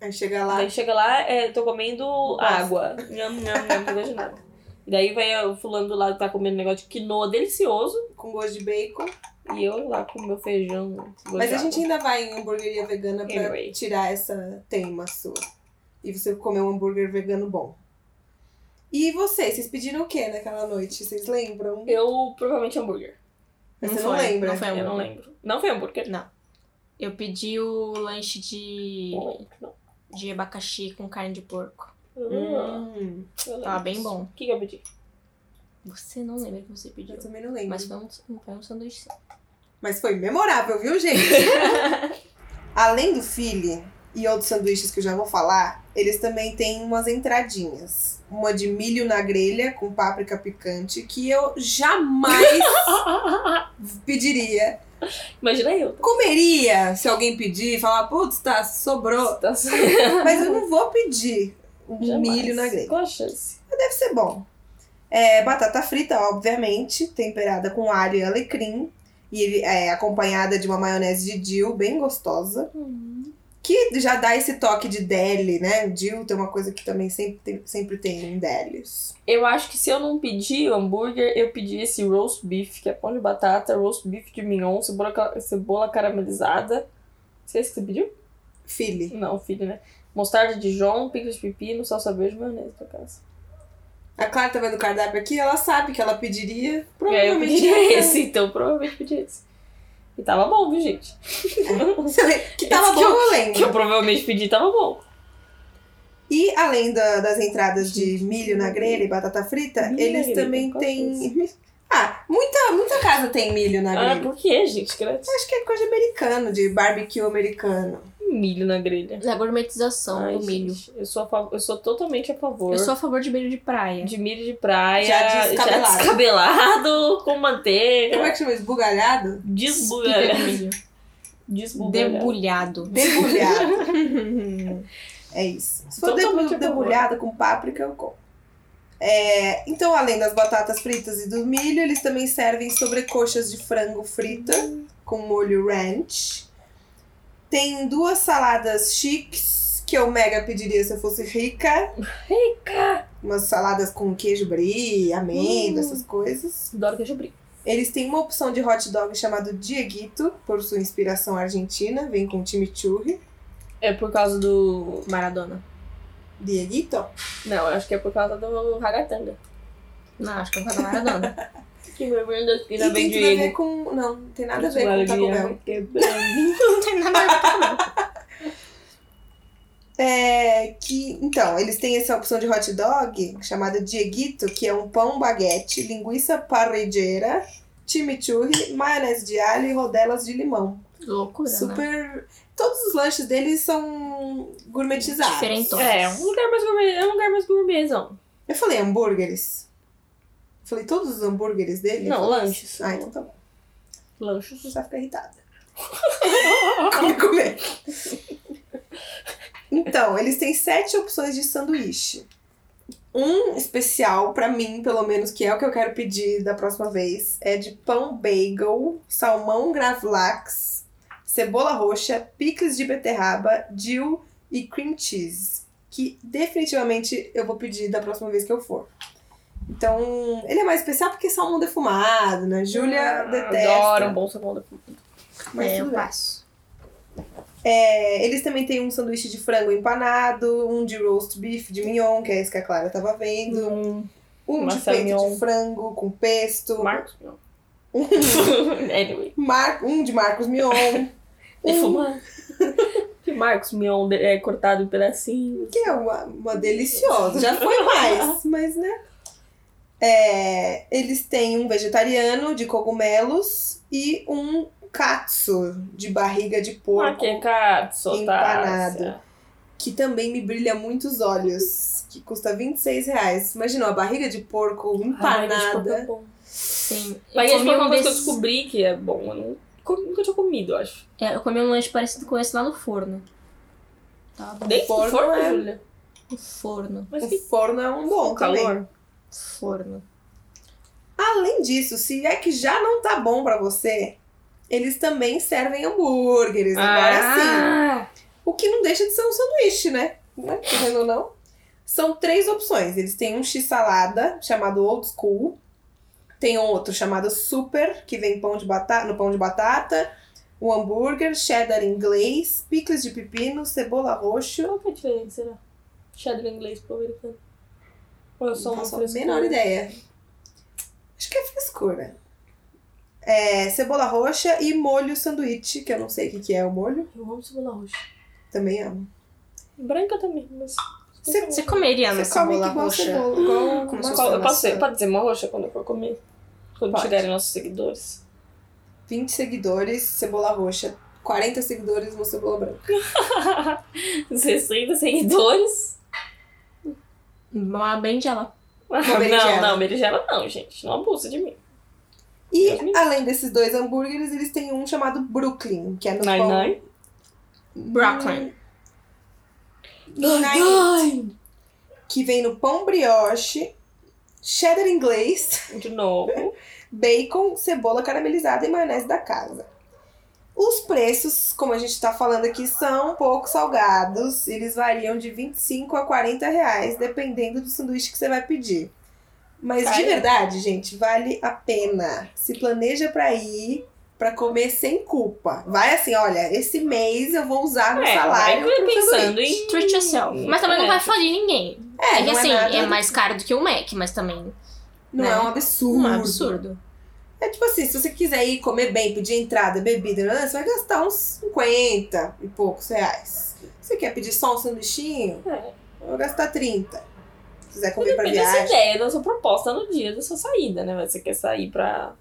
[SPEAKER 3] Aí chega lá,
[SPEAKER 2] Daí chega lá, é, tô comendo
[SPEAKER 3] Bosta.
[SPEAKER 2] água. Nham, nham, nham, não gosto de nada. E daí vai o fulano do lado tá comendo um negócio de quinoa delicioso.
[SPEAKER 3] com gosto de bacon.
[SPEAKER 2] E eu lá com meu feijão. né, gosto
[SPEAKER 3] Mas
[SPEAKER 2] de
[SPEAKER 3] a gente
[SPEAKER 2] água.
[SPEAKER 3] ainda vai em hamburgueria vegana pra
[SPEAKER 2] Anyway.
[SPEAKER 3] tirar essa tema sua. E você comer um hambúrguer vegano bom. E vocês, vocês pediram o que naquela noite? Vocês lembram?
[SPEAKER 2] Eu provavelmente hambúrguer.
[SPEAKER 3] Mas
[SPEAKER 1] Não
[SPEAKER 3] você não
[SPEAKER 1] foi,
[SPEAKER 3] lembra.
[SPEAKER 1] não foi. um.
[SPEAKER 2] Eu não lembro. Não foi hambúrguer.
[SPEAKER 1] Eu pedi o lanche de,
[SPEAKER 2] Não Ah, lembro, não.
[SPEAKER 1] de abacaxi com carne de porco.
[SPEAKER 3] Hum,
[SPEAKER 2] Eu lembro
[SPEAKER 1] Tava bem
[SPEAKER 2] disso.
[SPEAKER 1] bom.
[SPEAKER 2] O que, que eu pedi? [LAUGHS]
[SPEAKER 1] Você não lembra o que você pediu.
[SPEAKER 3] eu também não lembro.
[SPEAKER 1] Mas
[SPEAKER 3] Mas,
[SPEAKER 1] foi um, foi um sanduíche. sim.
[SPEAKER 3] foi memorável,
[SPEAKER 1] [LAUGHS]
[SPEAKER 3] viu, gente? Além do Philly e outros sanduíches que eu já vou falar, eles também têm umas entradinhas. Uma de milho na grelha com páprica picante que eu
[SPEAKER 1] [LAUGHS]
[SPEAKER 3] jamais pediria.
[SPEAKER 2] Imagina eu.
[SPEAKER 3] Comeria se alguém pedir, falar, putz,
[SPEAKER 2] [LAUGHS]
[SPEAKER 3] tá, sobrou.
[SPEAKER 2] Tá
[SPEAKER 3] Mas eu não vou pedir um
[SPEAKER 2] Jamais.
[SPEAKER 3] milho na grelha.
[SPEAKER 2] Qual a chance?
[SPEAKER 3] Deve ser bom. É, batata frita, obviamente, temperada com alho e alecrim. E ele é acompanhada de uma maionese de dill bem gostosa. Que já dá esse toque de deli, né? Dill tem uma coisa que também sempre tem, sempre tem em delis.
[SPEAKER 2] Eu acho que se eu não pedir o hambúrguer, eu pedi esse roast beef, que é pão de batata, roast beef de mignon, cebola, ca- cebola caramelizada. Você esse que você pediu?
[SPEAKER 3] Fili.
[SPEAKER 2] Não, filho, né? Mostarda de Dijon, picles de pepino, salsa verde e maionese da casa.
[SPEAKER 3] A Clara tá vendo o cardápio aqui, ela sabe que ela pediria.
[SPEAKER 2] E aí eu
[SPEAKER 3] Provavelmente
[SPEAKER 2] pedi
[SPEAKER 3] é [LAUGHS]
[SPEAKER 2] esse, então provavelmente pedi esse. E tava bom, viu,
[SPEAKER 3] [LAUGHS]
[SPEAKER 2] gente?
[SPEAKER 3] Que tava
[SPEAKER 2] Esse
[SPEAKER 3] bom,
[SPEAKER 2] que eu-
[SPEAKER 3] eu
[SPEAKER 2] O
[SPEAKER 3] lembro.
[SPEAKER 2] que eu provavelmente pedi tava bom.
[SPEAKER 3] E além da- das entradas de milho na grelha e batata frita,
[SPEAKER 2] Milho na
[SPEAKER 3] eles
[SPEAKER 2] grelha,
[SPEAKER 3] também
[SPEAKER 2] qual que é
[SPEAKER 3] têm. [LAUGHS] Ah, muita, muita casa tem milho na
[SPEAKER 2] Ah,
[SPEAKER 3] grelha.
[SPEAKER 2] por que, gente? Grátis.
[SPEAKER 3] Acho que é coisa americana, de barbecue americano.
[SPEAKER 2] Milho na grelha.
[SPEAKER 1] Da gourmetização
[SPEAKER 2] Ai,
[SPEAKER 1] do milho.
[SPEAKER 2] gente, eu, sou a fa- eu sou totalmente a favor.
[SPEAKER 1] Eu sou a favor de milho de praia.
[SPEAKER 2] De milho de praia,
[SPEAKER 3] Já descabelado.
[SPEAKER 2] já descabelado, com
[SPEAKER 3] Como é
[SPEAKER 2] manteiga,
[SPEAKER 3] que chama? Esbugalhado?
[SPEAKER 1] Espiga de
[SPEAKER 2] desbulhado.
[SPEAKER 1] milho. Debulhado.
[SPEAKER 3] Debulhado.
[SPEAKER 2] [LAUGHS]
[SPEAKER 3] é isso. Se for
[SPEAKER 2] Totalmente
[SPEAKER 3] debu-
[SPEAKER 2] a favor.
[SPEAKER 3] debulhado com páprica, eu como. É, então, além das batatas fritas e do milho, eles também servem sobrecoxas de frango frita com molho ranch. Tem duas saladas chiques que eu mega pediria se eu fosse rica.
[SPEAKER 2] Rica!
[SPEAKER 3] Umas saladas com queijo brie,
[SPEAKER 2] Hum.
[SPEAKER 3] amêndoa, essas coisas.
[SPEAKER 2] Adoro queijo brie.
[SPEAKER 3] Eles têm uma opção de hot dog chamado Dieguito, por sua inspiração argentina, vem com chimichurri.
[SPEAKER 2] É por causa do...
[SPEAKER 1] Maradona.
[SPEAKER 3] Dieguito?
[SPEAKER 2] Não, eu acho que é por causa do ragatanga.
[SPEAKER 1] Não, acho que é por causa da Maradona.
[SPEAKER 2] Que vergonha da
[SPEAKER 3] E
[SPEAKER 2] esquina
[SPEAKER 3] tem
[SPEAKER 2] vem de
[SPEAKER 3] tudo a ver
[SPEAKER 2] ele.
[SPEAKER 3] com... Não, não tem nada a ver com Taco Bell.
[SPEAKER 1] Não tem nada a ver com não.
[SPEAKER 3] É que, então, eles têm essa opção de hot dog chamada Dieguito, que é um pão baguete, linguiça parrigeira, chimichurri, maionese de alho e rodelas de limão.
[SPEAKER 1] Loucura, né?
[SPEAKER 3] Super... Todos os lanches deles são gourmetizados.
[SPEAKER 1] Diferentão.
[SPEAKER 2] É, é um lugar mais gourmet, é um lugar mais gourmetzão.
[SPEAKER 3] Eu falei hambúrgueres. Eu falei todos os hambúrgueres dele?
[SPEAKER 2] Não,
[SPEAKER 3] Eu falei-
[SPEAKER 2] lanches.
[SPEAKER 3] Ah, então tá bom.
[SPEAKER 2] Lanchos.
[SPEAKER 3] Você já fica irritada. [LAUGHS] Come, comer. Então, eles têm sete opções de sanduíche. Um especial, pra mim, pelo menos, que é o que eu quero pedir da próxima vez, é de pão bagel, salmão gravlax, cebola roxa, picles de beterraba, dill e cream cheese. Que definitivamente eu vou pedir da próxima vez que eu for. Então, ele é mais especial porque é salmão defumado, né? Júlia detesta.
[SPEAKER 2] Ah, Adoro um bom salmão da
[SPEAKER 3] Mas
[SPEAKER 1] é,
[SPEAKER 3] tudo
[SPEAKER 1] eu
[SPEAKER 3] bem.
[SPEAKER 1] passo.
[SPEAKER 3] É, eles também têm um sanduíche de frango empanado, um de roast beef de mignon, que é esse que a Clara tava vendo, um de
[SPEAKER 2] massa
[SPEAKER 3] peito
[SPEAKER 2] mignon.
[SPEAKER 3] de frango com pesto,
[SPEAKER 2] Marcos?
[SPEAKER 3] [LAUGHS]
[SPEAKER 2] Não. anyway.
[SPEAKER 3] mar- um de Marcos [LAUGHS] Mion, um
[SPEAKER 2] Defumado.
[SPEAKER 3] [LAUGHS]
[SPEAKER 2] Que Marcos Mion de- é cortado em pedacinhos.
[SPEAKER 3] que é uma, uma deliciosa, já [LAUGHS] foi mais, mas né? É, eles têm um vegetariano de cogumelos e um katsu de barriga de porco.
[SPEAKER 2] Ah, que é cazzo,
[SPEAKER 3] Empanado. que também me brilha muito os olhos, que custa R$ 26 reais. Imagina, uma barriga de porco empanada.
[SPEAKER 1] Sim.
[SPEAKER 2] Baguete
[SPEAKER 1] comi
[SPEAKER 2] foi uma
[SPEAKER 1] um
[SPEAKER 2] coisa que é eu
[SPEAKER 1] desses-
[SPEAKER 2] descobri que é bom. Eu não- co- nunca tinha comido, eu acho.
[SPEAKER 1] É, eu comi um lanche parecido com esse lá no forno. Tá bom.
[SPEAKER 2] Dentro do
[SPEAKER 3] forno
[SPEAKER 2] forno,
[SPEAKER 3] é-
[SPEAKER 2] Júlia.
[SPEAKER 1] No forno.
[SPEAKER 2] Mas
[SPEAKER 3] o
[SPEAKER 2] que
[SPEAKER 3] forno é um bom também.
[SPEAKER 2] calor.
[SPEAKER 1] Forno.
[SPEAKER 3] Além disso, se é que já não tá bom pra você, eles também servem hambúrgueres, agora sim.
[SPEAKER 2] Ah,
[SPEAKER 3] O que não deixa de ser um sanduíche, né? Né? Querendo ou não. São três opções. Eles têm um x-salada, chamado Old School. Tem um outro chamado Super, que vem pão de batata, no pão de batata. O hambúrguer, cheddar inglês, picles de pepino, cebola roxo.
[SPEAKER 2] Qual que é a diferença, será? Shadow inglês pro americano. Ou eu sou
[SPEAKER 3] Não
[SPEAKER 2] uma
[SPEAKER 3] faço a
[SPEAKER 2] frescura?
[SPEAKER 3] menor ideia. Acho que é frescura. É, cebola roxa e molho sanduíche, que eu não sei o que, que é o molho.
[SPEAKER 2] Eu amo cebola roxa.
[SPEAKER 3] Também amo.
[SPEAKER 2] Branca também, mas...
[SPEAKER 3] Você-
[SPEAKER 1] Você comeria na
[SPEAKER 3] Você come
[SPEAKER 1] cebola
[SPEAKER 3] igual
[SPEAKER 1] roxa?
[SPEAKER 3] cebola, igual
[SPEAKER 1] Como
[SPEAKER 3] uma
[SPEAKER 1] se
[SPEAKER 2] Qual-
[SPEAKER 1] fosse
[SPEAKER 2] eu
[SPEAKER 1] uma
[SPEAKER 2] posso,
[SPEAKER 3] maçã.
[SPEAKER 2] pode dizer uma roxa quando eu for comer? Quando
[SPEAKER 3] Pode.
[SPEAKER 2] chegarem nossos seguidores. [LAUGHS]
[SPEAKER 3] 20 seguidores, cebola roxa. 40 seguidores, uma cebola branca.
[SPEAKER 2] 60 seguidores?
[SPEAKER 1] Uma berinjela.
[SPEAKER 2] Não,
[SPEAKER 3] berinjela.
[SPEAKER 2] não, berinjela não, gente. Não abusa de mim.
[SPEAKER 3] E
[SPEAKER 2] Deus me livre.
[SPEAKER 3] além desses dois hambúrgueres, eles têm um chamado Brooklyn, que é no pão.
[SPEAKER 2] Nine-Nine?
[SPEAKER 3] Hum.
[SPEAKER 1] Brooklyn.
[SPEAKER 3] Nine, que vem no pão brioche, cheddar inglês,
[SPEAKER 2] De novo.
[SPEAKER 3] bacon, cebola caramelizada e maionese da casa. Os preços, como a gente tá falando aqui, são um pouco salgados. Eles variam de 25 a 40 reais, dependendo do sanduíche que você vai pedir. Mas de
[SPEAKER 2] Caramba.
[SPEAKER 3] verdade, gente, vale a pena. Se planeja pra ir, pra comer sem culpa. Vai assim, olha, esse mês eu vou usar meu
[SPEAKER 2] É, vai
[SPEAKER 3] salário pro
[SPEAKER 2] pensando
[SPEAKER 3] sanduíche.
[SPEAKER 2] em... Né?
[SPEAKER 1] Treat yourself. Mas também não vai falir ninguém.
[SPEAKER 3] É,
[SPEAKER 1] É, que
[SPEAKER 3] não
[SPEAKER 1] assim,
[SPEAKER 3] é, nada,
[SPEAKER 1] é mais caro do que o Mac, mas também
[SPEAKER 3] não
[SPEAKER 1] né?
[SPEAKER 3] é um absurdo.
[SPEAKER 1] não é absurdo.
[SPEAKER 3] É tipo assim, se você quiser ir comer bem, pedir entrada, bebida, né, você vai gastar uns 50 e poucos reais. Você quer pedir só um sanduichinho?
[SPEAKER 2] É.
[SPEAKER 3] Eu vou gastar 30. Se quiser
[SPEAKER 2] Tudo
[SPEAKER 3] comer pra
[SPEAKER 2] Depende da sua
[SPEAKER 3] viagem.
[SPEAKER 2] ideia, da sua proposta no dia da sua saída, né? Mas você quer sair pra...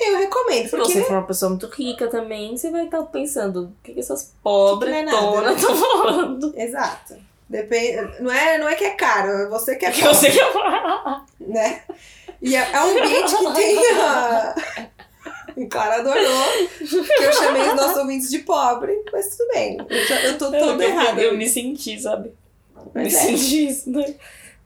[SPEAKER 3] Eu recomendo,
[SPEAKER 2] Se
[SPEAKER 3] porque
[SPEAKER 2] você for uma pessoa muito rica também, você vai estar pensando o que, que essas
[SPEAKER 3] Que que não é
[SPEAKER 2] pobretonas
[SPEAKER 3] nada, né?
[SPEAKER 2] estão
[SPEAKER 3] [LAUGHS]
[SPEAKER 2] falando.
[SPEAKER 3] Exato. Depende... Não, é, não é que é caro, é
[SPEAKER 2] [LAUGHS]
[SPEAKER 3] você que é
[SPEAKER 2] Que
[SPEAKER 3] pobre,
[SPEAKER 2] você quer falar.
[SPEAKER 3] né? E é, é um ambiente
[SPEAKER 2] [LAUGHS]
[SPEAKER 3] que tem a... O cara adorou que eu chamei os nossos ouvintes de pobre, mas tudo bem. Eu, já- eu tô toda errada.
[SPEAKER 2] Eu me senti, sabe? me
[SPEAKER 3] Mas é.
[SPEAKER 2] senti isso na,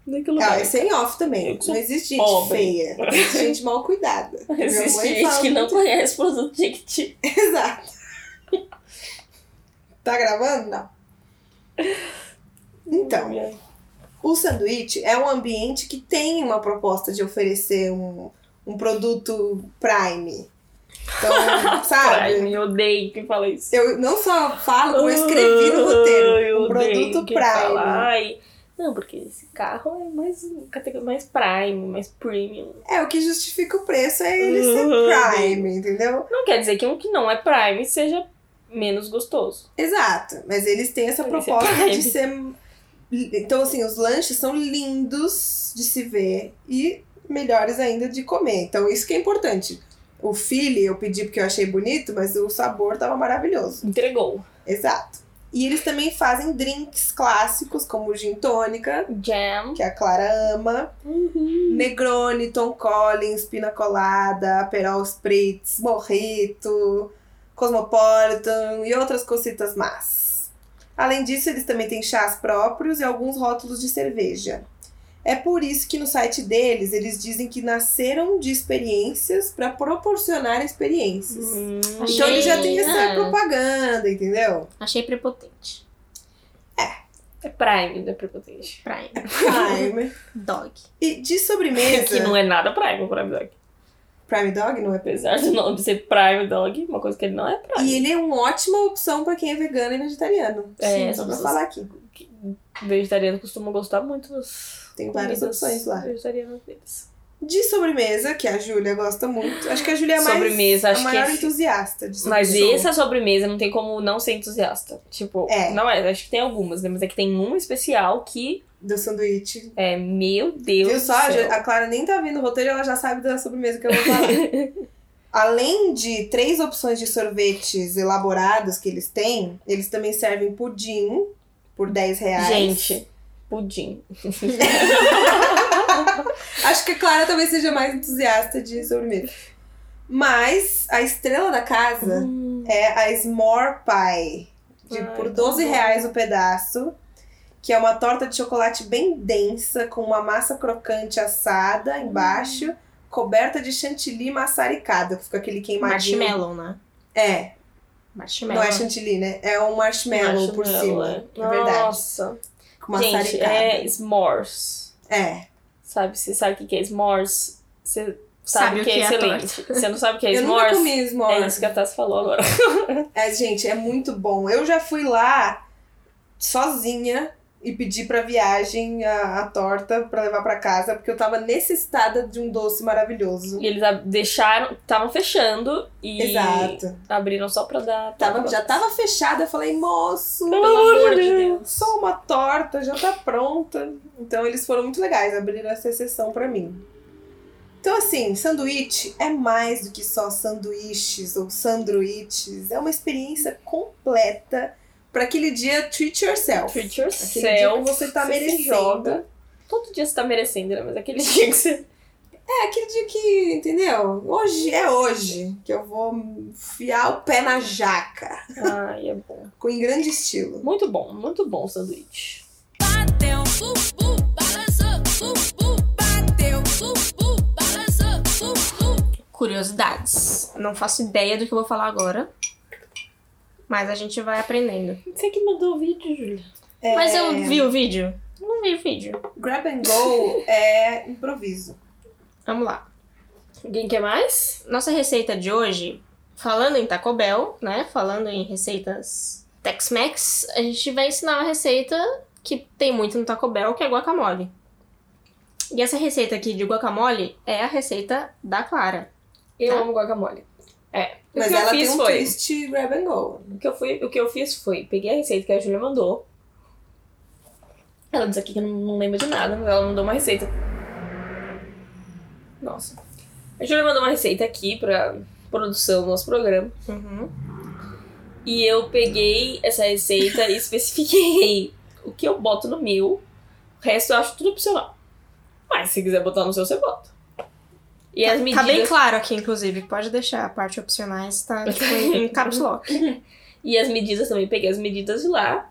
[SPEAKER 2] naquele
[SPEAKER 3] Ah,
[SPEAKER 2] lugar.
[SPEAKER 3] isso é em off também.
[SPEAKER 2] Eu sou
[SPEAKER 3] Não existe gente
[SPEAKER 2] pobre. [LAUGHS]
[SPEAKER 3] feia. Existe gente mal cuidada. Minha
[SPEAKER 2] Existe
[SPEAKER 3] mãe
[SPEAKER 2] gente
[SPEAKER 3] fala
[SPEAKER 2] que não
[SPEAKER 3] muito-
[SPEAKER 2] conhece produto Jequiti.
[SPEAKER 3] [LAUGHS] Exato. Tá gravando? Não. Então, o sanduíche é um ambiente que tem uma proposta de oferecer um, um produto prime.
[SPEAKER 2] [LAUGHS]
[SPEAKER 3] Então,
[SPEAKER 2] Ai,
[SPEAKER 3] sabe?
[SPEAKER 2] me odeio quem fala isso.
[SPEAKER 3] Eu não só falo, como eu escrevi no roteiro. Um
[SPEAKER 2] Eu odeio
[SPEAKER 3] produto
[SPEAKER 2] quem fala,
[SPEAKER 3] prime.
[SPEAKER 2] Ai, não, porque esse carro é mais, categ- mais prime, mais premium.
[SPEAKER 3] É, o que justifica o preço é ele ser
[SPEAKER 2] Ah.
[SPEAKER 3] prime, entendeu?
[SPEAKER 2] Não quer dizer que um que não é prime seja menos gostoso.
[SPEAKER 3] Exato, mas eles têm essa
[SPEAKER 2] Esse
[SPEAKER 3] proposta
[SPEAKER 2] vibe.
[SPEAKER 3] de ser. Então, assim, os lanches são lindos de se ver e melhores ainda de comer. Então, isso que é importante. O file eu pedi porque eu achei bonito, mas o sabor tava maravilhoso.
[SPEAKER 2] Entregou.
[SPEAKER 3] Exato. E eles também fazem drinks clássicos, como o gin tônica,
[SPEAKER 2] Jam.
[SPEAKER 3] que a Clara ama, Negroni, Tom Collins, Pina Colada, Aperol Spritz, Morrito, Cosmopolitan e outras cositas más. Além disso, eles também têm chás próprios e alguns rótulos de cerveja. É por isso que no site deles eles dizem que nasceram de experiências para proporcionar experiências.
[SPEAKER 2] Hum.
[SPEAKER 3] Então eles já têm
[SPEAKER 1] Achei,
[SPEAKER 3] essa
[SPEAKER 1] ah.
[SPEAKER 3] propaganda, entendeu?
[SPEAKER 1] Achei prepotente.
[SPEAKER 2] É Prime, não é Prepotente.
[SPEAKER 1] Prime.
[SPEAKER 3] Prime. [LAUGHS]
[SPEAKER 1] Dog.
[SPEAKER 3] E de
[SPEAKER 2] Que
[SPEAKER 3] sobremesa.
[SPEAKER 2] não é nada Prime, o Prime Dog.
[SPEAKER 3] Prime Dog não é
[SPEAKER 2] Apesar do nome ser Prime Dog, uma coisa que ele não é Prime.
[SPEAKER 3] E ele é uma ótima opção pra quem é vegano e vegetariano.
[SPEAKER 2] É,
[SPEAKER 3] Sim,
[SPEAKER 2] essas
[SPEAKER 3] só pra
[SPEAKER 2] pessoas-
[SPEAKER 3] falar aqui.
[SPEAKER 2] Vegetarianos costumam gostar muito dos.
[SPEAKER 3] Tem várias
[SPEAKER 2] comidas
[SPEAKER 3] opções lá.
[SPEAKER 2] Vegetarianas deles.
[SPEAKER 3] De sobremesa, que a Júlia gosta muito. Acho que a Júlia é a mais
[SPEAKER 2] Sobremesa, acho que
[SPEAKER 3] a maior
[SPEAKER 2] é-
[SPEAKER 3] entusiasta de
[SPEAKER 2] Mas
[SPEAKER 3] sobremesa.
[SPEAKER 2] essa sobremesa não tem como não ser entusiasta. Tipo,
[SPEAKER 3] É.
[SPEAKER 2] não é, acho que tem algumas, né? Mas é que tem uma especial que
[SPEAKER 3] Do sanduíche.
[SPEAKER 2] é, meu Deus.
[SPEAKER 3] Viu
[SPEAKER 2] do
[SPEAKER 3] só? A
[SPEAKER 2] céu.
[SPEAKER 3] Ju- A Clara nem tá vendo o roteiro ela já sabe da sobremesa que eu vou falar.
[SPEAKER 2] [LAUGHS]
[SPEAKER 3] Além de três opções de sorvetes elaborados que eles têm, eles também servem pudim por 10 reais.
[SPEAKER 2] Gente, pudim.
[SPEAKER 3] Acho que a Clara talvez seja mais entusiasta de sobremesa. Mas a estrela da casa
[SPEAKER 2] Hum,
[SPEAKER 3] é a S'more Pie. de-
[SPEAKER 2] Ai,
[SPEAKER 3] por
[SPEAKER 2] tão
[SPEAKER 3] 12
[SPEAKER 2] bom.
[SPEAKER 3] reais o pedaço. Que é uma torta de chocolate bem densa, com uma massa crocante assada
[SPEAKER 2] Hum.
[SPEAKER 3] embaixo, coberta de chantilly maçaricado, que fica aquele queimadinho.
[SPEAKER 1] Marshmallow, né?
[SPEAKER 3] É,
[SPEAKER 1] Marshmallow.
[SPEAKER 3] não é chantilly, né? É um marshmallow, por
[SPEAKER 2] Marshmallow,
[SPEAKER 3] cima.
[SPEAKER 2] é.
[SPEAKER 3] É verdade.
[SPEAKER 2] Nossa.
[SPEAKER 3] Com maçaricado.
[SPEAKER 2] Gente, é s'mores.
[SPEAKER 3] é.
[SPEAKER 2] Sabe? Você sabe o que que é s'mores? Você sabe,
[SPEAKER 1] Sabe
[SPEAKER 2] o que, é
[SPEAKER 1] a
[SPEAKER 2] excelente. Você não sabe o que é
[SPEAKER 3] Eu nunca
[SPEAKER 2] s'mores?
[SPEAKER 3] comi s'mores.
[SPEAKER 2] É isso que a Tassi falou agora.
[SPEAKER 3] É, gente, é muito bom. Eu já fui lá sozinha e pedi pra viagem a, a torta pra levar pra casa, porque eu tava necessitada de um doce maravilhoso.
[SPEAKER 2] E eles a- deixaram, estavam fechando e
[SPEAKER 3] Exato.
[SPEAKER 2] abriram só pra dar.
[SPEAKER 3] Tava, já tava fechada, eu falei, moço, pelo
[SPEAKER 2] amor
[SPEAKER 3] amor
[SPEAKER 2] de
[SPEAKER 3] de
[SPEAKER 2] Deus.
[SPEAKER 3] Deus, só uma torta, já tá pronta. Então eles foram muito legais, abriram essa exceção pra mim. Então assim, sanduíche é mais do que só sanduíches ou sanduíches, é uma experiência completa pra aquele dia treat yourself.
[SPEAKER 2] Treat
[SPEAKER 3] Aquele dia que
[SPEAKER 2] yourself.
[SPEAKER 3] você tá
[SPEAKER 2] se
[SPEAKER 3] merecendo.
[SPEAKER 2] joga. Todo dia você tá merecendo, né? Mas aquele dia que
[SPEAKER 3] [LAUGHS]
[SPEAKER 2] você.
[SPEAKER 3] É aquele dia que, entendeu? Hoje é hoje que eu vou fiar o pé na jaca,
[SPEAKER 2] Ai, é bom.
[SPEAKER 3] com em grande estilo.
[SPEAKER 2] Muito bom, muito bom o sanduíche.
[SPEAKER 1] Curiosidades. Não faço ideia do que eu vou falar agora. Mas a gente vai aprendendo.
[SPEAKER 2] Você que mandou o vídeo, Júlia.
[SPEAKER 3] É,
[SPEAKER 1] Mas eu vi o vídeo? Não vi o vídeo.
[SPEAKER 3] Grab
[SPEAKER 2] [LAUGHS]
[SPEAKER 3] and go é improviso.
[SPEAKER 1] Vamos lá.
[SPEAKER 2] Alguém quer mais?
[SPEAKER 1] Nossa receita de hoje, falando em Taco Bell, né? Falando em receitas Tex-Mex, a gente vai ensinar uma receita que tem muito no Taco Bell, que é guacamole. E essa receita aqui de guacamole é a receita da Clara.
[SPEAKER 2] Eu
[SPEAKER 1] Tá.
[SPEAKER 2] amo guacamole. É. O
[SPEAKER 3] Mas
[SPEAKER 2] que eu
[SPEAKER 3] ela
[SPEAKER 2] fiz
[SPEAKER 3] tem um
[SPEAKER 2] foi.
[SPEAKER 3] twist grab and go.
[SPEAKER 2] O que, eu fui, o que eu fiz foi, peguei a receita que a Júlia mandou. Ela diz aqui que não, não lembra de nada, mas ela mandou uma receita. Nossa. A Júlia mandou uma receita aqui pra produção do nosso programa.
[SPEAKER 1] Uhum.
[SPEAKER 2] E eu peguei essa receita e especifiquei o que eu boto no meu. O resto eu acho tudo opcional. Mas se quiser botar no seu, você bota. E as
[SPEAKER 1] Tá
[SPEAKER 2] medidas.
[SPEAKER 1] bem claro aqui, inclusive. Pode deixar a parte opcionais, [LAUGHS] tá tipo, em em caps [LAUGHS] lock.
[SPEAKER 2] E as medidas também, peguei as medidas de lá.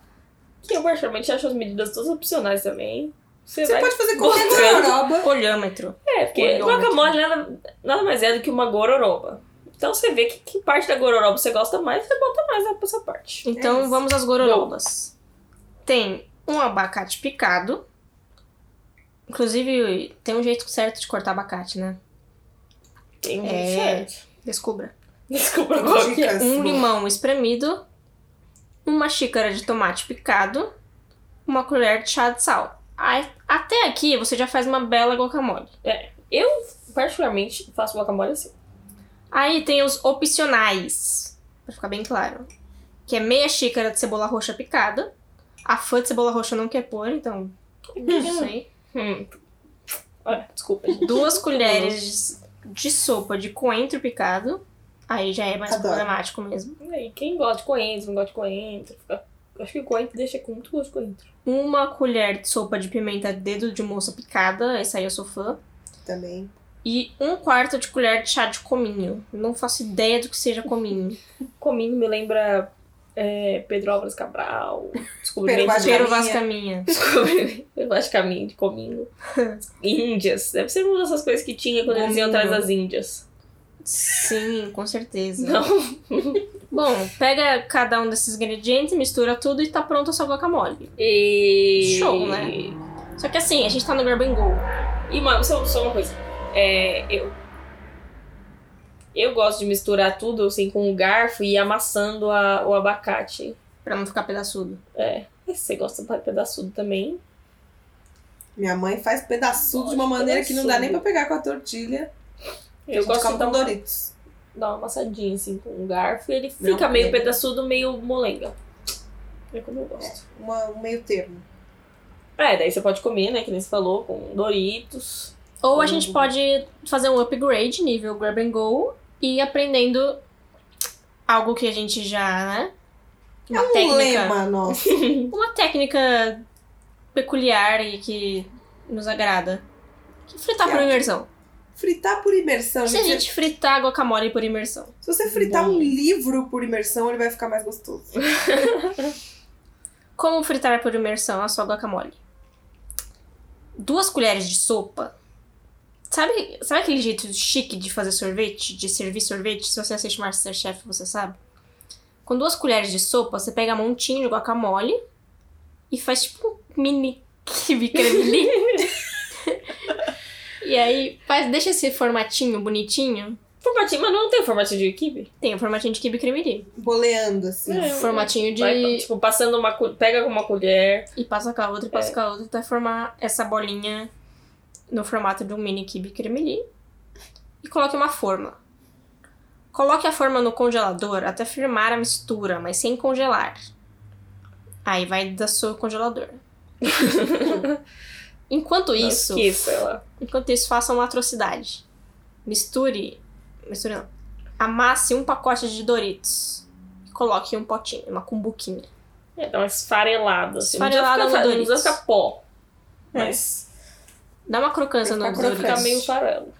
[SPEAKER 2] Que eu particularmente acho as medidas todas opcionais também. Você,
[SPEAKER 3] Você
[SPEAKER 2] vai.
[SPEAKER 3] pode fazer qualquer
[SPEAKER 2] botando.
[SPEAKER 3] gororoba.
[SPEAKER 1] Olhômetro.
[SPEAKER 2] É, porque
[SPEAKER 1] Olhômetro.
[SPEAKER 2] guacamole nada, nada mais é do que uma gororoba. Então você vê que, que parte da gororoba você gosta mais, você bota mais na sua parte.
[SPEAKER 1] Então
[SPEAKER 3] É isso.
[SPEAKER 1] vamos às gororobas. Tem um abacate picado. Inclusive, tem um jeito certo de cortar abacate, né?
[SPEAKER 2] Tem um
[SPEAKER 1] É.
[SPEAKER 2] certo.
[SPEAKER 1] Descubra.
[SPEAKER 2] [LAUGHS] Desculpa qual que é.
[SPEAKER 3] Dicas.
[SPEAKER 1] um limão espremido, uma xícara de tomate picado, uma colher de chá de sal. Aí, Até aqui você já faz uma bela guacamole.
[SPEAKER 2] Eu, particularmente, faço guacamole assim.
[SPEAKER 1] Aí tem os opcionais, pra ficar bem claro, que é meia xícara de cebola roxa picada. A fã de cebola roxa não quer pôr, então não sei.
[SPEAKER 2] Hum. Olha, Ah, desculpa. gente.
[SPEAKER 1] Duas colheres de, de sopa de coentro picado. Aí já é mais
[SPEAKER 3] Adoro.
[SPEAKER 1] problemático mesmo.
[SPEAKER 2] E aí, Quem gosta de coentro, não gosta de coentro. fica- Acho que coentro deixa com muito gosto de coentro.
[SPEAKER 1] Uma colher de sopa de pimenta dedo de moça picada, essa aí eu sou fã.
[SPEAKER 3] Também.
[SPEAKER 1] e um quarto de colher de chá de cominho. Não faço ideia do que seja cominho.
[SPEAKER 2] Cominho me lembra é, Pedro Álvares Cabral,
[SPEAKER 3] Pero
[SPEAKER 2] descobrimento
[SPEAKER 3] Vaz
[SPEAKER 2] de
[SPEAKER 1] Cheiro
[SPEAKER 3] Caminha.
[SPEAKER 1] Vascaminha.
[SPEAKER 2] descobri- Eu acho que caminho de cominho. Índias. Deve ser uma dessas coisas que tinha quando eles iam
[SPEAKER 1] Gominho.
[SPEAKER 2] atrás das índias.
[SPEAKER 1] Sim, com certeza.
[SPEAKER 2] Não.
[SPEAKER 1] [LAUGHS] Bom, pega cada um desses ingredientes, mistura tudo e tá pronto a sua guacamole.
[SPEAKER 2] E...
[SPEAKER 1] Show, né? Só que assim, a gente tá no Grab Go.
[SPEAKER 2] E, mano, só, só uma coisa. É, eu... Eu gosto de misturar tudo, assim, com o garfo e ir amassando a- o abacate.
[SPEAKER 1] Pra não ficar pedaçudo.
[SPEAKER 2] É. Você gosta de pedaçudo também?
[SPEAKER 3] Minha mãe faz pedaçudo de uma
[SPEAKER 2] Lógico,
[SPEAKER 3] maneira que não dá nem pra
[SPEAKER 2] pedaçudo.
[SPEAKER 3] pegar com a tortilha.
[SPEAKER 2] Eu
[SPEAKER 3] A gente
[SPEAKER 2] gosto
[SPEAKER 3] come
[SPEAKER 2] de dar
[SPEAKER 3] com
[SPEAKER 2] uma,
[SPEAKER 3] Doritos.
[SPEAKER 2] dar uma amassadinha, assim, com um garfo. E ele
[SPEAKER 3] Não,
[SPEAKER 2] fica meio
[SPEAKER 3] é.
[SPEAKER 2] pedaçudo, meio molenga. É como eu gosto.
[SPEAKER 3] Uma- um meio termo.
[SPEAKER 2] É, daí você pode comer, né? Que nem você falou, com Doritos.
[SPEAKER 1] Ou a gente pode fazer um upgrade nível grab and go e ir aprendendo algo que a gente já, né? Uma
[SPEAKER 3] é um
[SPEAKER 1] técnica.
[SPEAKER 3] lema nosso.
[SPEAKER 1] Uma técnica peculiar e que nos agrada. Que é fritar por
[SPEAKER 3] Certo.
[SPEAKER 1] imersão.
[SPEAKER 3] Fritar por imersão.
[SPEAKER 1] Se a
[SPEAKER 3] gente,
[SPEAKER 1] gente fritar guacamole por imersão.
[SPEAKER 3] Se você fritar
[SPEAKER 2] Bom.
[SPEAKER 3] um livro por imersão, ele vai ficar mais gostoso.
[SPEAKER 1] Como fritar por imersão a sua guacamole? Duas colheres de sopa. Sabe, sabe aquele jeito chique de fazer sorvete? De servir sorvete? Se você assiste Masterchef, você sabe. Com duas colheres de sopa, você pega um montinho de guacamole e faz tipo um mini [LAUGHS] kibe cremeli. e aí faz, deixa esse formatinho bonitinho.
[SPEAKER 2] Formatinho, mas não tem um formatinho de equipe?
[SPEAKER 1] Tem o formatinho de kibe cremeli.
[SPEAKER 3] Boleando, assim.
[SPEAKER 2] É.
[SPEAKER 1] Formatinho de...
[SPEAKER 2] Vai, tipo, passando uma... col- Pega com uma colher.
[SPEAKER 1] E passa com a outra, e passa com a outra, até formar essa bolinha no formato de um mini kibe cremeli. E coloque uma forma. Coloque a forma no congelador até firmar a mistura, mas sem congelar. Aí vai da sua congelador. [LAUGHS] enquanto
[SPEAKER 2] Não
[SPEAKER 1] isso,
[SPEAKER 2] Esqueça, ela.
[SPEAKER 1] enquanto isso, faça uma atrocidade. Misture, misture não. Amasse um pacote de Doritos. E coloque em um potinho, uma cumbuquinha.
[SPEAKER 2] É, dá uma esfarelada. Assim.
[SPEAKER 1] Esfarelada
[SPEAKER 2] não
[SPEAKER 1] no
[SPEAKER 2] precisa ficar, não precisa
[SPEAKER 1] Doritos.
[SPEAKER 2] ficar pó. Mas
[SPEAKER 1] Dá uma crocância no
[SPEAKER 3] Vai ficar
[SPEAKER 2] pra ficar
[SPEAKER 1] Doritos.
[SPEAKER 3] crocante.
[SPEAKER 2] meio farelo.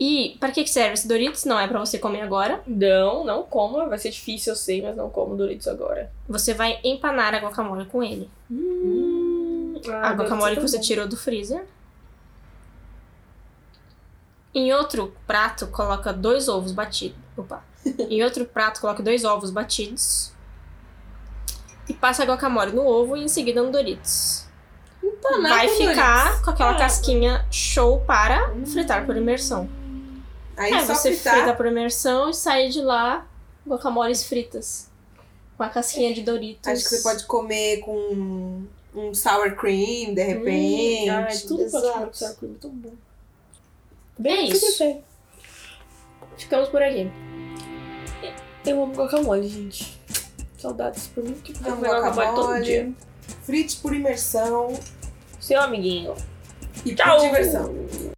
[SPEAKER 1] E pra que que serve esse Doritos? Não é pra você comer agora.
[SPEAKER 2] Não, não como. Vai ser difícil, eu sei, mas não como Doritos agora.
[SPEAKER 1] Você vai empanar a guacamole com ele.
[SPEAKER 2] Hum, ah,
[SPEAKER 1] a guacamole que
[SPEAKER 2] Doritos
[SPEAKER 1] você
[SPEAKER 2] é tão
[SPEAKER 1] tirou do freezer. Em outro prato, coloca dois ovos batidos.
[SPEAKER 2] [LAUGHS]
[SPEAKER 1] Opa. em outro prato, coloca dois ovos batidos. E passa a guacamole no ovo e em seguida no Doritos.
[SPEAKER 3] Empanar
[SPEAKER 1] vai
[SPEAKER 3] Tá com
[SPEAKER 1] ficar
[SPEAKER 3] Doritos.
[SPEAKER 1] com aquela
[SPEAKER 2] é Ah. Hum.
[SPEAKER 1] casquinha show para fritar por imersão.
[SPEAKER 3] Aí
[SPEAKER 1] é,
[SPEAKER 3] só
[SPEAKER 1] você
[SPEAKER 3] fritar.
[SPEAKER 1] frita por imersão e sai de lá guacamoles fritas. Com a casquinha de Doritos.
[SPEAKER 3] Acho que você pode comer com um sour cream, de repente.
[SPEAKER 2] bom. Hum, Ai, tudo
[SPEAKER 1] Exato.
[SPEAKER 2] pode comer com sour cream, muito bom. assim.
[SPEAKER 1] É isso.
[SPEAKER 2] Super bem.
[SPEAKER 1] Ficamos por aqui.
[SPEAKER 2] Eu amo guacamole, gente. Saudades por mim, que eu
[SPEAKER 3] Amo
[SPEAKER 2] comer guacamole todo
[SPEAKER 3] guacamole.
[SPEAKER 2] dia.
[SPEAKER 3] Frite por imersão
[SPEAKER 2] Seu amiguinho.
[SPEAKER 3] e
[SPEAKER 2] Tchau!
[SPEAKER 3] por diversão.
[SPEAKER 2] diversão.